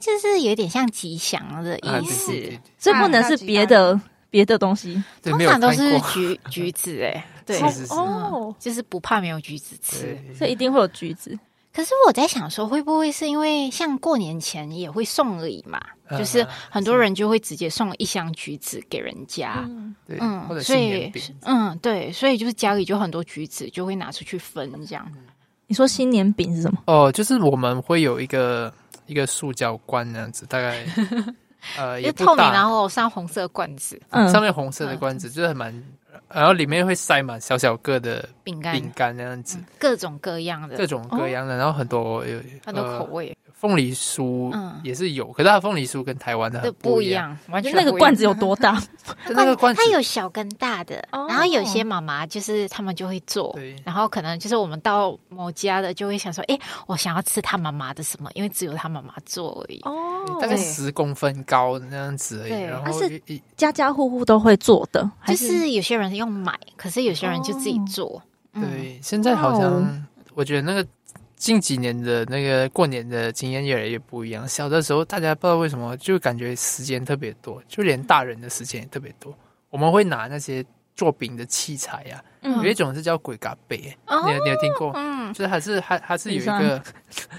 就是有点像吉祥的
啊
意思。
对
所以不能是别的别的东西。
对对对，
通
没有
常
看
都是
过， [laughs]
橘橘子哎、
欸
对，
是是是
哦，
就是不怕没有橘子吃。
对
所以一定会有橘子。
可是我在想说，会不会是因为像过年前也会送礼嘛？
嗯
就是很多人就会直接送一箱橘子给人家，
嗯，
对，
嗯
或者，
所
新年
以
饼，
嗯，对，所以就是家里就很多橘子，就会拿出去分这样。
你说新年饼是什么？
哦，就是我们会有一个一个塑胶罐那样子，大概呃也
就
不
透明，
大，
然后上红色罐子，
嗯，
上面红色的罐子就是很蛮，然后里面会塞满小小个的
饼干
饼干那样子，
各种各样
嗯
的，
各种各样的，然后很多有
很多
呃
口、味
凤梨酥
嗯
也是有，可是它的凤梨酥跟台湾的
这
很
不
呃一
一
样，
样，完
就
全
那个
不一样
罐子有多大？
就那个罐子
它有小跟大的，
哦
然后有些妈妈就是他们就会做
对，
然后可能就是我们到某家的就会想说，哎，我想要吃他妈妈的什么，因为只有他妈妈做而已。
哦
嗯大概
对
十公分高那样子而已，
对
然
它
后
是
一一
家家户户都会做的，还
就是有些人用买，可是有些人就自己
哦
做。嗯，
对，现在好
哇
像我觉得那个近几年的那个过年的经验越来越不一样。小的时候大家不知道为什么就感觉时间特别多，就连大人的时间也特别多。我们会拿那些做饼的器材呀、
嗯
有一种是叫鬼嘎贝，
哦
你有你有听过？
嗯，
就是还是还还是有一
你
个，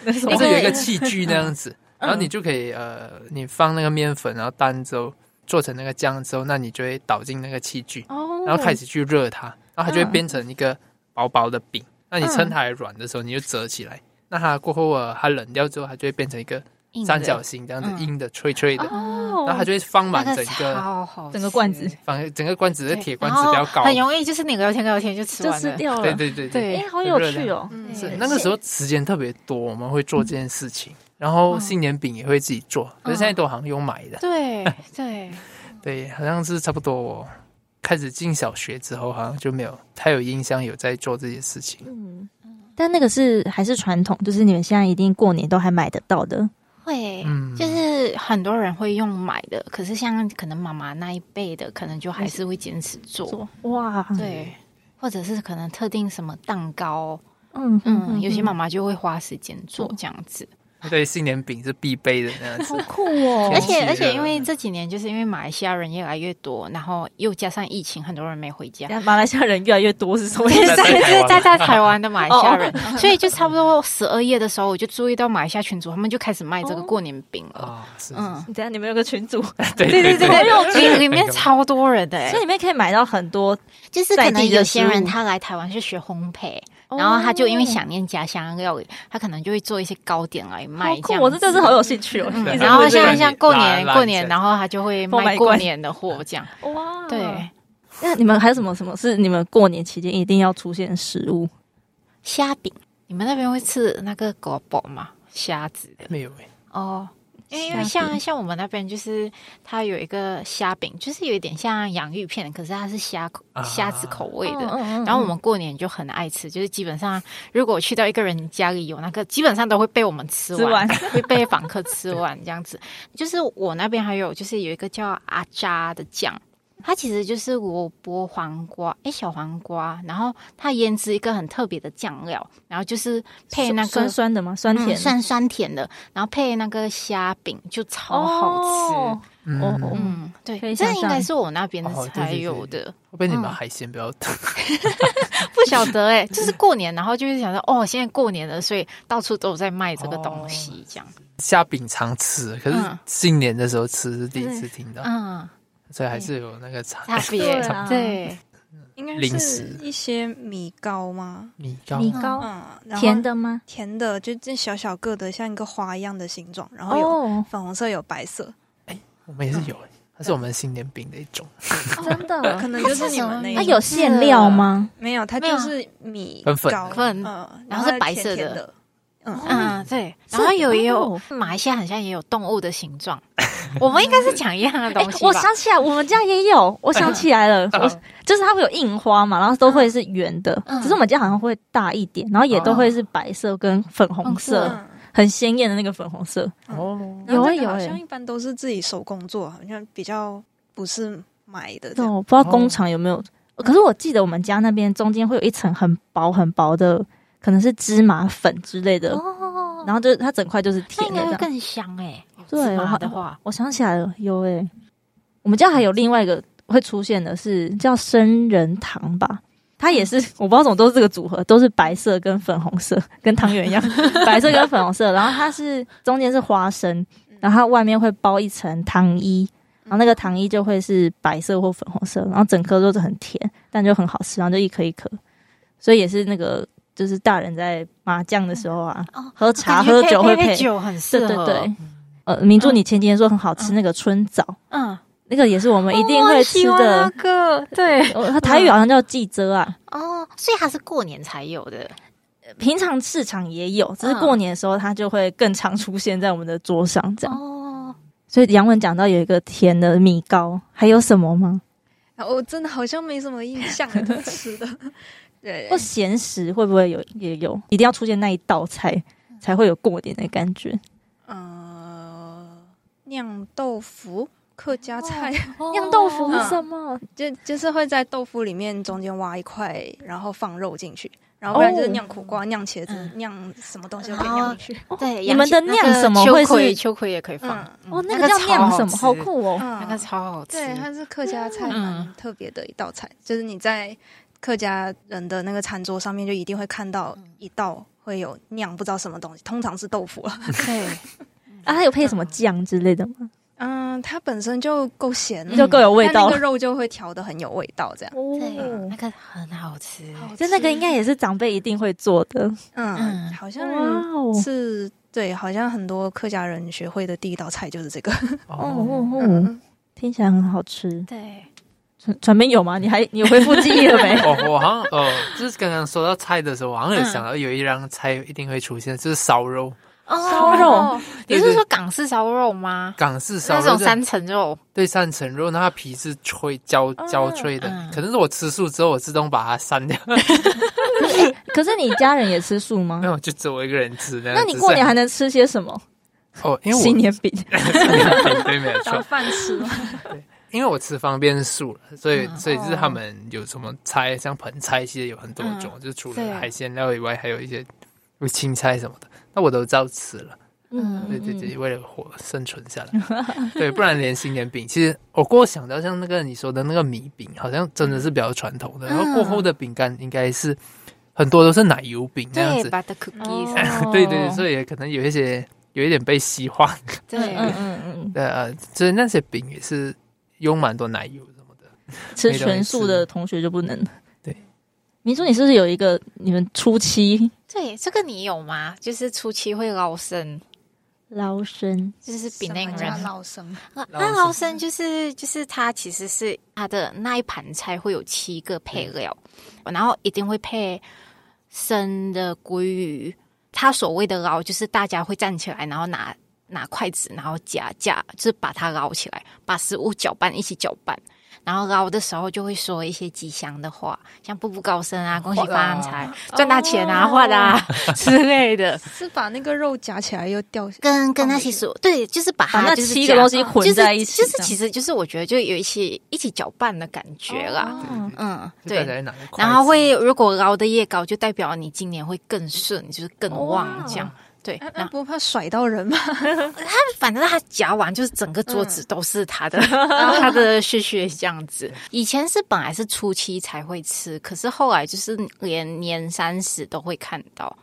那是什
还
么
是有一个
嗯
器具那样子，
嗯
然后你就可以呃，你放那个面粉，然后蛋之后做成那个酱之后，那你就会倒进那个器具，
哦
然后开始去热它，然后它就会
嗯
变成一个薄薄的饼。那你趁它还软的时候，你就折起来。那它过后呃，它冷掉之后，它就会变成一个
硬的
三角形这样子，
嗯
硬的、脆脆的。
哦
然后它就会放满
那
整个，
超好吃，
整个罐子
放整个罐子的
对
铁
然
罐子
后
比较高。
哦很容易就是你聊天聊天就吃
就
完
吃
[laughs]
了。
掉
对
了。
对对
对
哎，好有趣哦！
嗯
是
对
那个时候时间特别多，我们会做这件事情。然后新年饼也会自己做，可是现在都好像用买的。
对对，
对，好像是差不多我开始进小学之后，好像就没有太有印象有在做这些事情。
嗯，但那个是还是传统，就是你们现在一定过年都还买得到的。
会，
嗯
就是很多人会用买的，可是像可能妈妈那一辈的，可能就还是会坚持做。
哇，
对，或者是可能特定什么蛋糕，
嗯
嗯，有些妈妈就会花时间做这样子。
[laughs] 对，新年饼是必备的那样
[laughs]
子。
酷哦
而
而
且
且
而
而
且
且，因为这几年就是因为马来西亚人越来越多，然后又加上疫情，很多人没回家，
马来西亚人越来越多是什么意
现
[laughs]
思？
在是 [laughs] 在在台湾的哦马来西亚人， [laughs] 所以就差不多十二月的时候，我就注意到马来西亚群主他们就开始卖这个过年饼了。
啊，是，
嗯，
等一下你们有个群组，所
[laughs] 对对
对对对，里面超多人的、欸
以里面可以买到很多，
就是
在
可
地
能
的
有些
食
人
物
他来台湾是学烘焙，
哦
然后他就因为想念家乡料理，他可能就会做一些糕点来
哦
卖
好
这
酷，
样。
我这真的是好有兴趣哦。
对
[laughs]
一直
然后
问这个
像
在
像过
拉
年
拉
过
一
年，
下
然后他就会
购买
卖过
罐嗯
年的货这样。
哇，
对，
那你们还有什么什么是你们过年期间一定要出现的食物？
虾饼，
你们那边会吃那个狗宝吗？虾子的
没有哎，
哦。因为因为
虾
像
饼
像我们那边就是它有一个虾饼，就是有一点像洋芋片，可是它是虾口
啊
虾子口味的。
嗯
然后我们过年就很爱吃，就是基本上如果去到一个人家里有那个，基本上都会被我们吃
吃完
完，会被访客吃完这样子。就是我那边还有就是有一个叫阿扎的酱，它其实就是萝卜、黄瓜，诶，小黄瓜，然后它腌制一个很特别的酱料，然后就是配那
酸
个。
酸的吗？酸
嗯，
甜
酸酸甜的，
然后配那个虾饼就超好
哦
吃，
哦哦
嗯，
嗯，对
可以，
这
想
应
象
该是我那边的
哦对
才
对对
有的，
会被你们
嗯
海鲜不要 [laughs]
不晓得哎、就是过年，然后就是想说，哦，现在过年了，所以到处都有在卖这个东
哦
西，这样，
虾饼常吃，可是
嗯
新年的时候吃是第一次听到，
嗯，
所以还是有那个差
差别
对，啊
对，
应该
零
是
食
一些米糕吗？
[laughs] 米糕
米糕
嗯，然后
甜的吗？
甜的，就这小小个的，像一个花一样的形状，然后有
哦，
粉红色，有白色，
我们也是有欸，它是我们新年饼的一种，
真的？
[laughs] 可能
它
就是是你
什
们
么
那
它
一
啊有馅料吗？
没有，它
没有
就
啊
是米
粉粉
糕
粉
嗯，
然后是白
甜
色
甜
的
的，嗯，
嗯，对，然后有也有
哦
马来西亚，好像也有动物的形状， [laughs] 我们应该是讲一样的东西吧，嗯
我想起来，我们家也
[laughs]
有，我想起来了，我就是它会有印花嘛，然后都会是圆的，
嗯
只是我们家好像会大一点，然后也都会是白色跟粉红
嗯
色，
嗯
很鲜艳的那个粉红色。
哦，
然后
有
这个
欸有
好
欸
像一般都是自己手工做，好像比较不是买的这
但
样。
我不知道工厂有没有，
哦
可是我记得我们家那边中间会有一层很薄很薄的，可能是芝麻粉之类的，
哦，
然后就它整块就是
那
甜
应
的
该
这
会
样。
更香哎、欸，
对
芝麻
我
的话，
我想起来了，有诶、我们家还有另外一个会出现的是叫生人糖吧。它也
嗯
是， [laughs] 我不知道怎么都是这个组合，都是白色跟粉红色，跟汤
[laughs]
圆一样，白色跟粉红色。然后它是中间是花生，
嗯
然后它外面会包一层糖衣，然后那个糖衣就会是白色或粉红色，然后整颗都是很甜，但就很好吃，然后就一颗一颗。所以也是那个，就是大人在麻将的时候啊，
哦
喝茶喝酒会
感觉配
配
配酒很
对
适
对
合，
对，呃，明珠，
嗯
你前几天说很好吃那个春枣，
嗯，
那个也是我们一定会吃的。
那个对
哦它台语好像叫记遮啊，
哦，所以它是过年才有的，
平常市场也有，只是
嗯
过年的时候它就会更常出现在我们的桌上这样。
哦，
所以杨文讲到有一个甜的米糕，还有什么吗？
然后哦我真的好像没什么印象了，都吃的。对
或，咸食会不会有也有？一定要出现那一道菜才会有过年的感觉。
呃，酿豆腐客家菜，
哦
酿豆腐
是
是
嗯
什
什么？
[laughs] 就就是会在豆腐里面中间挖一块，然后放肉进去，然后不然就是酿苦瓜、酿茄子、
嗯
酿什么东西都可以酿进去。
对，
你们的
那个
酿什么
秋
会
葵
是？
秋葵也可以放，
嗯
哦，那个
那个
叫
超
酿
好
什么？
吃
好酷哦！
那个超好吃，
对，它是客家菜，
嗯
蛮特别的一道菜，就是你在客家人的那个餐桌上面，就一定会看到一道会有酿不知道什么东西，通常是豆腐了。
对。
[laughs] 啊，它有配什么酱之类的吗？
[laughs] 嗯，它本身就够咸了，
就够有味
但
道
嗯那个。肉就会调的很有味道，这样。
对
哦
那个很好吃，
就那个应该也是长辈一定会做的。
嗯，
嗯
好
哇
像
哦，
是对，好像很多客家人学会的第一道菜就是这个。
嗯
哦
哦，？
哦哦，
嗯，
听起来很好吃。
对，
传传媒有吗？你还你有恢复记忆了没
[laughs]
我我好像哦，就是刚刚说到菜的时候，我好像有
嗯
想到有一样菜一定会出现，就是烧肉，
哦
烧肉，
你
对对
是说港式烧肉吗？
港式烧
那
肉
种
就是
三层肉，
对三层肉，那它皮是脆焦焦脆的
嗯，
可能是我吃素之后我自动把它删掉，
可是你家人也吃素吗
没？有就只有我一个人吃那样
那
子。
你过年还能吃些什么？
[laughs] 哦，因为我
新年饼。
对对没有错
当，饭吃。
因因为我吃方便素了，所以
嗯
所以就是
哦
他们有什么菜，像盆菜系列有很多种，
嗯
就是除
对
了海鲜料以外，还有一些青菜什么的，那我都照吃了。
嗯，
对对
嗯
对，为了活生存下来，
[laughs]
对，不然连新年饼，其实我过后想到像那个你说的那个米饼，好像真的是比较传统的。然后过
嗯
后的饼干应该是很多都是奶油饼那样
对
子，
，butter cookies，
[laughs]
哦
对对对，所以也可能有一些有一点被西化，
对，
嗯嗯嗯
呃，就是那些饼也是用蛮多奶油什么的。
嗯，吃全素的同学就不能。
对，
明珠，你是不是有一个你们初期
对，这个你有吗？就是初期会捞生，
捞生？
就是比
什
那
么
个
叫
人。
老生，
那
那捞生就是就是它其实是它的那一盘菜会有七个配料，然后一定会配生的鲑鱼。它所谓的捞就是大家会站起来，然后拿拿筷子，然后夹夹，就是把它捞起来，把食物搅拌一起搅拌。然后捞的时候就会说一些吉祥的话，像步步高升啊，恭喜
画的
发
啊
大财、赚大钱啊，画的 [laughs] 啊之类的。
是把 [laughs] 那个肉夹起来又掉下。
跟跟
放
那
回
些
去
说，
对，就是把
把
它
那
啊就是
七
夹
个东西混在一起，
就是就是其实就是我觉得就有一些一起搅拌的感觉
哦
啦，
对对
嗯，
对，就大
对。
家拿着筷子
然后会如果捞的越高，就代表你今年会更顺，就是更
哇哎
旺这样。对，
那
那
那不怕甩到人吗？
反正他夹完就是整个桌
嗯
子都是
[laughs]
他的，然后他的血血这样子。以前是本来是初七才会吃，可是后来就是连年三十都会看到，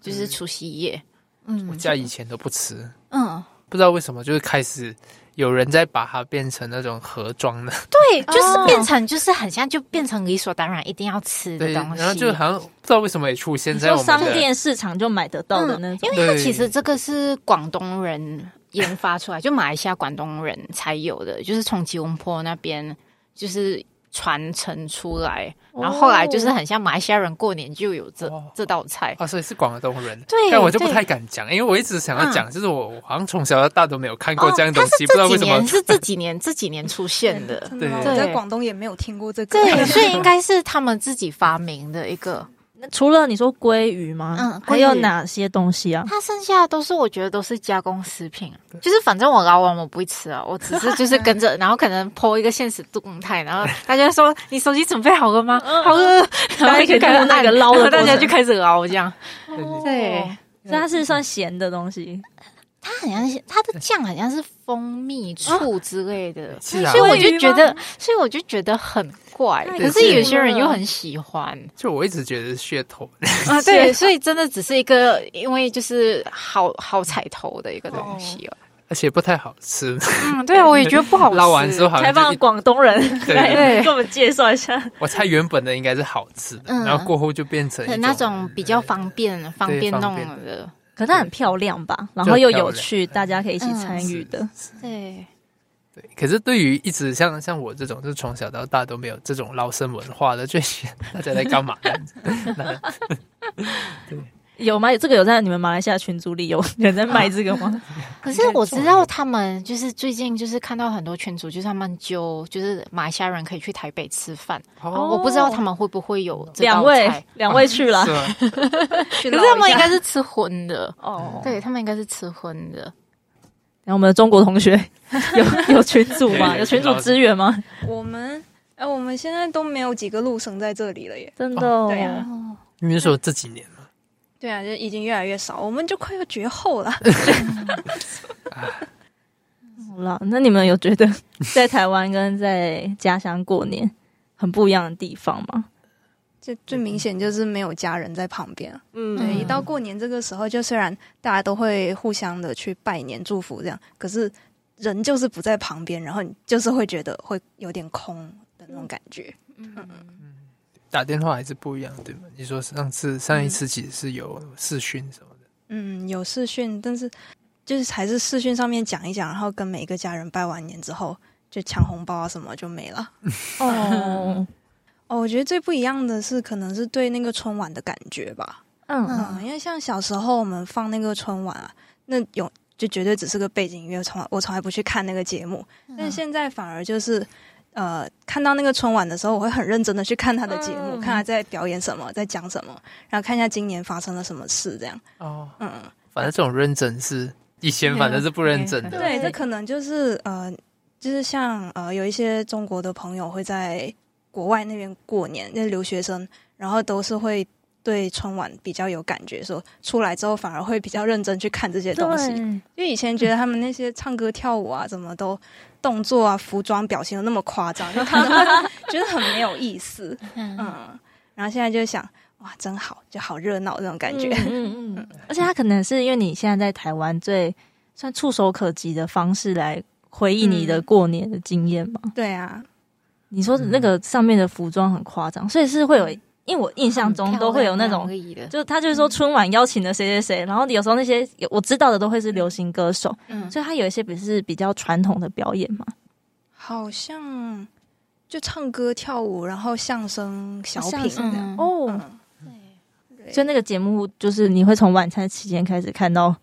就是除夕夜。
嗯我
嗯
家以前都不吃，
嗯，
不知道为什么就是开始有人在把它变成那种盒装的，
对，就是
哦
变成就是很像就变成理所当然一定要吃的
对，
东西。
然后就好像不知道为什么也出现
你
在
说
我
商
们的
店市场就买得到的那种
因。为它
对
其实这个是广东人研发出来， [laughs] 就马来西亚广东人才有的，就是从吉隆坡那边就是传承出来，然后后来就是很像马来西亚人过年就有这、
哦
这道菜。
啊，所以是广东人，
对
但我就不
对
太敢讲，因为我一直想要讲，就是我我好像从小到大都没有看过
哦
这样的
它
东
是
西，不知道
这
为
几
什么
年是这几年这几年出现
[laughs]
的，
真的吗，
对
我在
对
广东也没有听过这个。
对，所以应该是他们自己发明的一个。
那除了你说鲑鱼吗？
嗯
还有
鲑鱼
哪些东西 [laughs] 啊？
它剩下的都是我觉得都是加工食品，啊就是反正我捞完我不会吃啊，我只是就是
[laughs]
跟着，然后可能 po 一个现实动态，然后大家说你手机准备好了吗？好了，然
嗯大
后
家可以
就开
看到
始
那个
按
捞的
然后大
过
家
程
就开始捞这样，
哦，所以它是算咸的东西。
它很像
但是它的酱好像是蜂蜜
哦
醋之类的，
是啊
所以我就觉得，所以我就觉得很怪，
太
可
酷
是有些人
了
又很喜欢。
就我一直觉得是噱头，
啊，对，所以真的只是一个，因为就是好好彩头的一个东西哦。
而且不太好吃，
哦
嗯，对啊，我也觉得不好吃。
[laughs] 捞完之后好
采
像就
访
一
广东人
对
来跟我们介绍一下。
我猜原本的应该是好吃的，
嗯
然后过后就变成一
对，那种比较方便、方便弄的，
可它很漂亮吧，然后又有趣，大家可以一起参与的。
对，
对。可是对于一直像像我这种，就是从小到大都没有这种捞生文化的，就 [laughs] 觉得大家在干嘛？
有吗？这个有在你们马来西亚群组里有 [laughs] 人在卖这个 [laughs] 吗？
可是我知道他们就是最近就是看到很多群主，就是他们就就是马来西亚人可以去台北吃饭，
[laughs] 哦
我不知道他们会不会有这道
两位
菜，
两位去 [laughs] 了
是。啊吗？
去
可
捞一
是
下
他们应该是吃荤的，
哦，
对他们应该是吃荤的。
然后我们的中国同学 [laughs] 有有群组吗？
对
有群组支援吗？
我们哎，我们现在都没有几个陆生在这里了耶。
真的哦，
对啊
因为说这几年嘛，
对啊，就已经越来越少，我们就快要绝后了。
好啦，那你们有觉得在台湾跟在家乡过年很不一样的地方吗？
这最明显就是没有家人在旁边。对，
嗯
一到过年这个时候，就虽然大家都会互相的去拜年祝福这样，可是人就是不在旁边，然后你就是会觉得会有点空的那种感觉。
打电话还是不一样，对吗？你说上次上一次其实是有视讯什么的，
嗯，有视讯，但是就是还是视讯上面讲一讲，然后跟每一个家人拜完年之后，就抢红包啊什么就没了。
[laughs] 哦，
哦，我觉得最不一样的是，可能是对那个春晚的感觉吧。
嗯，
嗯，因为像小时候我们放那个春晚啊，那有就绝对只是个背景音乐，从来我从来不去看那个节目。
嗯
但现在反而就是，呃，看到那个春晚的时候，我会很认真的去看他的节目，
嗯
看他在表演什么，在讲什么，然后看一下今年发生了什么事，这样。
哦，
嗯，
反正这种认真是以前反正是不认真的，
对
对，这可能就是呃，就是像呃，有一些中国的朋友会在国外那边过年，那留学生，然后都是会对春晚比较有感觉，说出来之后反而会比较认真去看这些东西。
嗯
因为以前觉得他们那些唱歌跳舞啊，怎么都动作啊、服装表情都那么夸张，就看着会觉得很没有意思。嗯，然后现在就想，哇，真好，就好热闹这种感觉。
嗯嗯嗯， [laughs] 而且他可能是因为你现在在台湾最算触手可及的方式来回忆你的过年的经验嘛。
[laughs] 对啊，
你说那个上面的服装很夸张，所以是会有，因为我印象中都会有那种
很，飘逸的，
就是他就是说春晚邀请了谁谁谁，然后有时候那些我知道的都会是流行歌手，
嗯，
所以他有一些不是比较传统的表演嘛，
好像就唱歌跳舞，然后相声、小
像
品
是
这样。
嗯
哦
嗯，对，
所以那个节目就是你会从晚餐期间开始看到，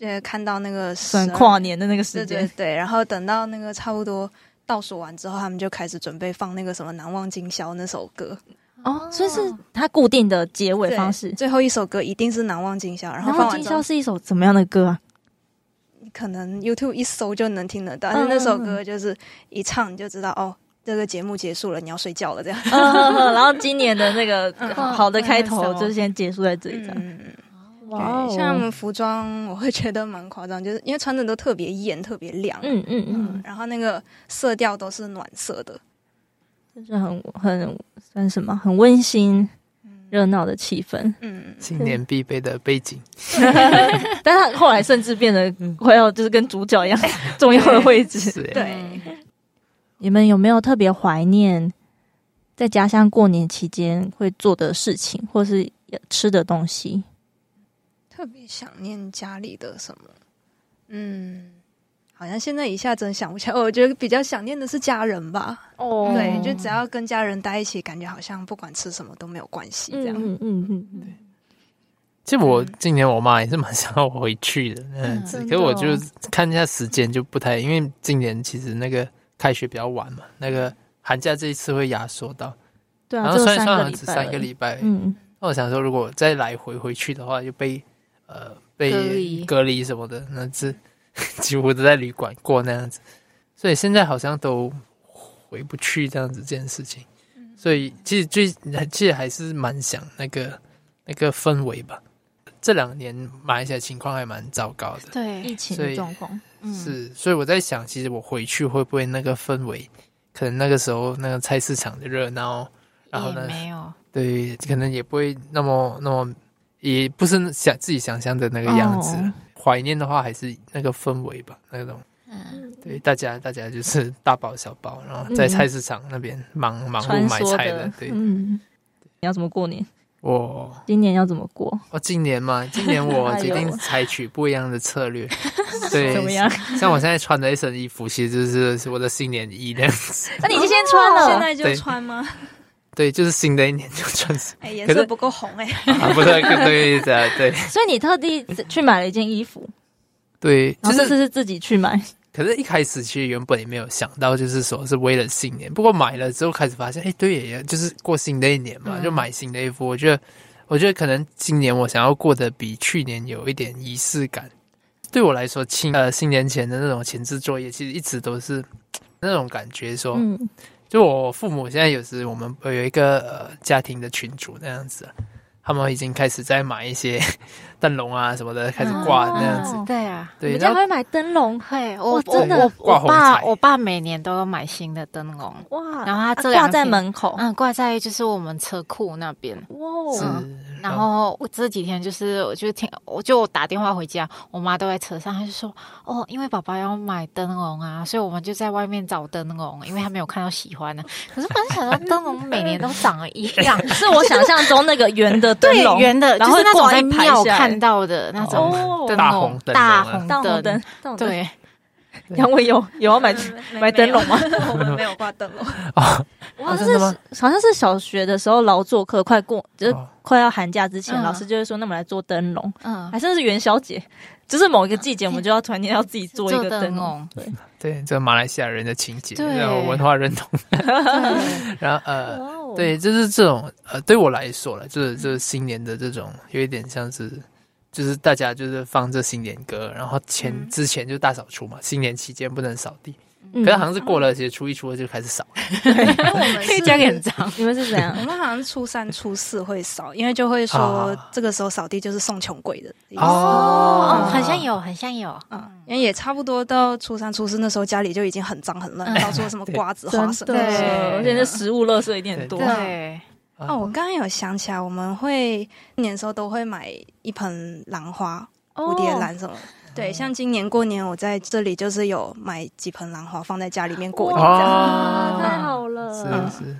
呃看到那个十
算
二
跨年的那个时
对对
间，
对，然后等到那个差不多倒数完之后，他们就开始准备放那个什么《难忘今宵》那首歌。
哦，所以是它固定的结尾方式
对。最后一首歌一定是《难忘今宵》，然后
然
放
后
完
今
之
宵
后，
是一首怎么样的歌啊？
可能 YouTube 一搜就能听得到。
嗯
但是那首歌就是一唱你就知道哦，这个节目结束了，你要睡觉了这样。
嗯，然后今年的那个
嗯
好的开
哇
头
那首
就先结束在这里，这样。
嗯，
哇哦
对，像他们服装，我会觉得蛮夸张，就是因为穿的都特别艳、特别亮。
嗯嗯
嗯
嗯，，
然后那个色调都是暖色的，
就是很很算什么，很温馨
嗯
热闹的气氛。
嗯，
新年必备的背景，
但他后来甚至变得快要就是跟主角一样重要的位置。
是欸
对，
你们有没有特别怀念在家乡过年期间会做的事情，或是吃的东西？
特别想念家里的什么？嗯，好像现在一下真想不起来。我觉得比较想念的是家人吧。
哦
对，就只要跟家人待一起，感觉好像不管吃什么都没有关系这
嗯
样。
嗯嗯嗯，
其实我今年我妈也是蛮想要我回去的那样子，
嗯
可是我就
真
看一下时间就不太，因为今年其实那个开学比较晚嘛，那个寒假这一次会压缩到，
对
然
啊，
后
就
算一
三
算好
个
像
礼
只
拜，
三个礼拜。那
嗯，
我想说，如果再来回回去的话，就被呃
隔
被
离
隔离什么的，那这几乎都在旅馆过那样子，所以现在好像都回不去这样子这件事情。
嗯
所以其实最其实还是蛮想那个那个氛围吧。这两年马来西亚情况还蛮糟糕的，
对，
疫情
所
的
以
状况，
嗯，
是，所以我在想，其实我回去会不会那个氛围，可能那个时候那个菜市场的热闹，然后
也
呢，
没有，
对，可能也不会那么那么，也不是想自己想象的那个样子。
哦
怀念的话，还是那个氛围吧，那种
嗯，
对大家大家就是大包小包，然后在
嗯
菜市场那边忙、忙
穿
碌买
梭
菜的。对，
嗯，你要怎么过年？
我
今年要怎么过？
我今年
[laughs]
嘛，今年我
哎呦
决定采取不一样的策略。
哎怎么 [laughs]
对，
样？
像我现在穿的一身衣服，其实就是是我的新年衣那样子。
那你已经先穿了，
现在就
对
穿吗？
对，就是新的一年就
[laughs]
穿上
哎，颜
可是
色不够红哎、
啊，不是对的，对
所以你特地去买了一件衣服，
对，就
然后哦这次
是。
是自己去买，
可是，一开始其实原本也没有想到，就是说是为了新年。不过买了之后，开始发现，哎，对耶，就是过新的一年嘛，
嗯
就买新的衣服。我觉得，我觉得可能今年我想要过得比去年有一点仪式感。对我来说，新呃新年前的那种前置作业，其实一直都是那种感觉说，
嗯，
就我父母现在有时我们有一个呃家庭的群主那样子啊，他们已经开始在买一些 [laughs] 灯笼啊什么的，开始挂
哦
那样子。
对啊。
你
对，
们家
然后
会买灯笼，
会，我
哇真的
我我
挂
我
红
爸
彩
我爸每年都要买新的灯笼，
哇，啊
然后它这两
挂在
天
门口，
嗯，挂在就是我们车库那边。
哇
是
哦，
然后我这几天就是，我就听，我就打电话回家，我妈都在车上，她就说：“哦，因为爸爸要买灯笼啊，所以我们就在外面找灯笼，因为他没有看到喜欢的。可是反正想到灯笼每年都长得一样，
是我想象中那个圆的灯
对
[laughs] 笼，
圆的，
然后
就是那种
挂
在
一排下
庙
来
看到的那种
哦
灯笼，
大红灯笼
大
啊
红
大红灯
灯，，
大红灯。
对，
杨伟有有 [laughs] 要买买哎灯笼吗？？
[laughs] 我们没有挂灯笼。
我
啊
好像
真的
是
吗
好像是小学的时候劳作课快过，就是
哦
快要寒假之前，
嗯
老师就会说，那我们来做灯笼，
嗯，
还甚至是元宵节， [laughs] 就是某一个季节，我们就要突然间要自己做一
做
个灯
灯
笼。
笼，
对，这马来西亚人的情节，
对
然后文化认同，
对
然后
哇
呃，
哦，
对，就是这种呃，对我来说了，就是就是新年的这种，有一点像是。就是大家就是放这新年歌，然后前之前就大扫除嘛，新年期间不能扫地，
嗯
可是好像是过了，其实初一初二就开始扫了。[laughs]
我们
因为
是
家里很脏，
你们是怎样
我？们好像初三、初四会扫，因为就会说
啊
这个时候扫地就是送穷鬼的意思。
嗯
哦
哦，好像有，好像有，
嗯，因为也差不多到初三、初四那时候，家里就已经很脏很乱，
嗯
到处有什么瓜
[laughs]
子、 [laughs] 花生
真。的
对，
而且那食物垃圾一定很多
对。
对，
啊
哦，我刚刚有想起来，我们会年的时候都会买一盆兰花、
哦
蝴蝶兰什么。
嗯
对，像今年过年，我在这里就是有买几盆兰花放在家里面过年。
哇啊太
哦，
好了。
是是。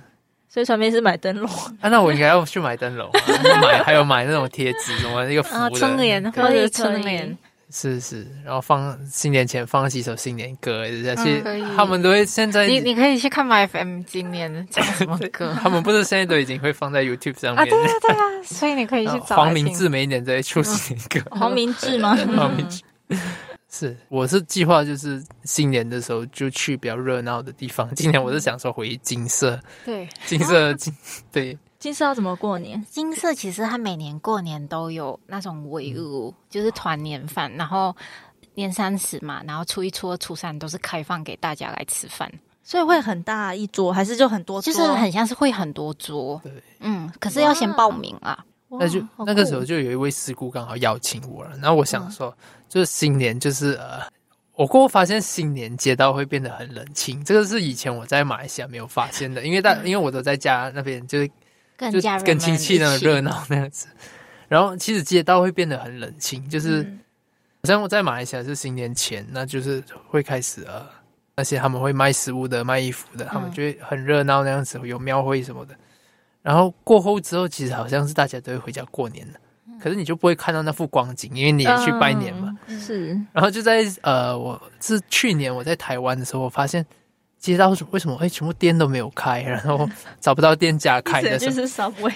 所以传媒是买灯笼，
啊，那我应该要去买灯笼啊，买还有买那种贴纸，什么那个福
啊，
的
春联
对
或者
以
是春
可以
联，
是是，然后放新年前放几首新年歌，而且
嗯可以
他们都会现在
你你可以去看 My FM 今年唱什么歌
呃 [laughs] 他们不是现在都已经会放在 YouTube 上
啊？
面
对啊对啊，所以你可
[laughs]
以
然
去
后
找
呃黄
来
明
听
志每一年都会出新年歌，
黄明志吗？
嗯
[laughs] 黄明志。是，我是计划就是新年的时候就去比较热闹的地方。今年我是想说回金色，
对，
金
[laughs]
色金对
金色要怎么过年？
金色其实它每年过年都有
那种围
嗯
炉，就是团年饭，然后年三十嘛，然后初一、初二、初三都是开放给大家来吃饭，
所以会很大一桌，还是就很多桌？
就是很像是会很多桌，
对，
嗯，可是要先报名啊，
哇
那就
好
那个
酷嗯
时候就有一位师姑刚好邀请我了，然后我想说，就是新年就是呃，我过后发现新年街道会变得很冷清，这个是以前我在马来西亚没有发现的，因为大
嗯
因为我都在家那边就是
更
就
加
跟亲戚那
的
种热闹那样子，然后其实街道会变得很冷清，就是、
嗯
好像我在马来西亚是新年前，那就是会开始呃，那些他们会卖食物的、卖衣服的，
嗯
他们就会很热闹那样子，有庙会什么的。然后过后之后，其实好像是大家都会回家过年了，
嗯
可是你就不会看到那副光景，因为你也去拜年嘛。
是
然后就在呃，我是去年我在台湾的时候，我发现街道为什么哎，全部店都没有开，然后找不到店家
[laughs]
开的时
就
候，
是 Subway，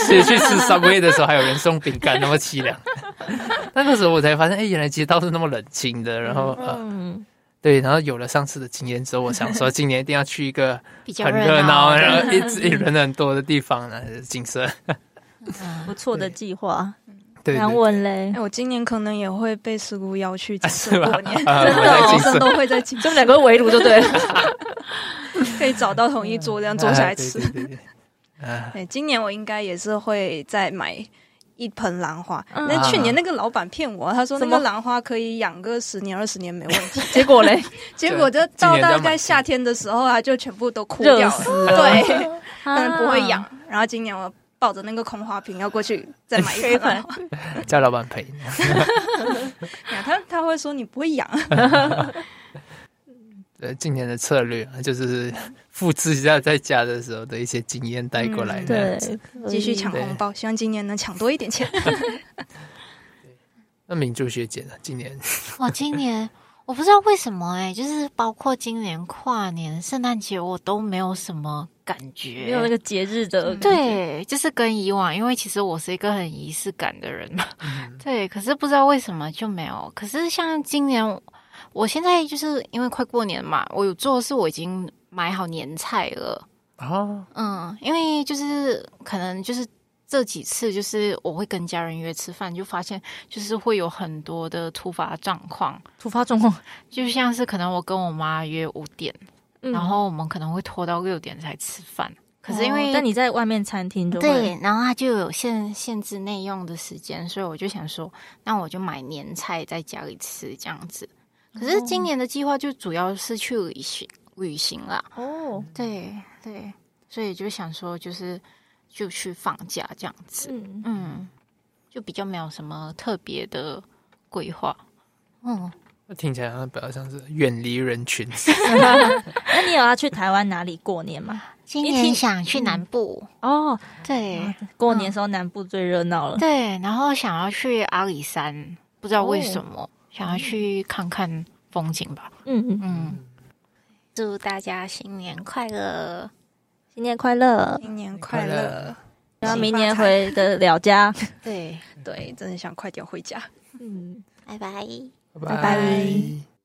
去去吃 Subway 的时候，还有人送饼干，那么凄凉。 [laughs] 那个时候我才发现，哎，原来街道是那么冷清的。然后呃，
嗯，
对，然后有了上次的经验之后，我想说今年一定要去一个
比较
很热闹，
的
然后一直人很多的地方呢，景色。
嗯
不错的计划。
对，
然后
对
问嘞
哎、，我今年可能也会被师姑邀去景色
是吧
过年，
啊
真的
对
[laughs] 我
哦
在
女
景
生
色
都会在景
[laughs] 就两个围炉就对 [laughs] 了。
可以找到同一桌这样坐下来吃。
啊对对对对，啊，
对，今年我应该也是会再买一盆兰花。
嗯啊
那去年那个老板骗我，他说那
什
个
么
兰花可以养个十年二十年没问
[laughs]
题，
结果嘞，
结果就
今
到
年就要
大
买
概夏天的时候啊，就全部都枯掉
热
了，
死了， [laughs]
对，可能不会养
啊。。
然后今年我抱着那个空花瓶要过去再买一盆兰
[laughs]
花，
叫老板陪。
他他会说你不会养，
嗯
呃，今年的策略啊就是复制一下在家的时候的一些经验带过来那
嗯
对
样子。，
继续抢
对
红包，希望今年能抢多一点
[laughs]
钱。
那明珠学姐呢？今年
我今年我不知道为什么
欸
哎、就是包括今年跨年、圣诞节，我都没有什么感觉，
没有那个节日的，
对，就是跟以往，因为其实我是一个很仪式感的人嘛，
嗯
[laughs] 对，可是不知道为什么就没有。可是像今年，我现在就是因为快过年嘛，我有做的是我已经买好年菜了，
啊，
嗯，因为就是可能就是这几次就是我会跟家人约吃饭，就发现就是会有很多的突发状况，
突发状况。
就像是可能我跟我妈约五点，
嗯
然后我们可能会拖到六点才吃饭，可是因为、
哦但你在外面餐厅就会
对，然后它就有限限制内用的时间，所以我就想说，那我就买年菜在家里吃这样子。可是今年的计划就主要是去旅行，旅行啦，
哦，
对对，所以就想说就是就去放假这样子，
嗯，
嗯，就比较没有什么特别的规划，嗯，
那听起来好像比较像是远离人群。
那你有要去台湾哪里过年吗？
今
一听
年想去南部，
哦，
嗯对、
过年时候南部最热闹 [laughs] 了，
对，然后想要去阿里山，不知道为
哦
什么、想要去看看风景吧，
嗯嗯，
嗯。
祝大家新年快乐！
新年快乐，
新年快
快
乐
乐！
然后明年回得了家，
对，
对，真的想快点回家。
[laughs] 嗯。
拜拜。
拜
拜
拜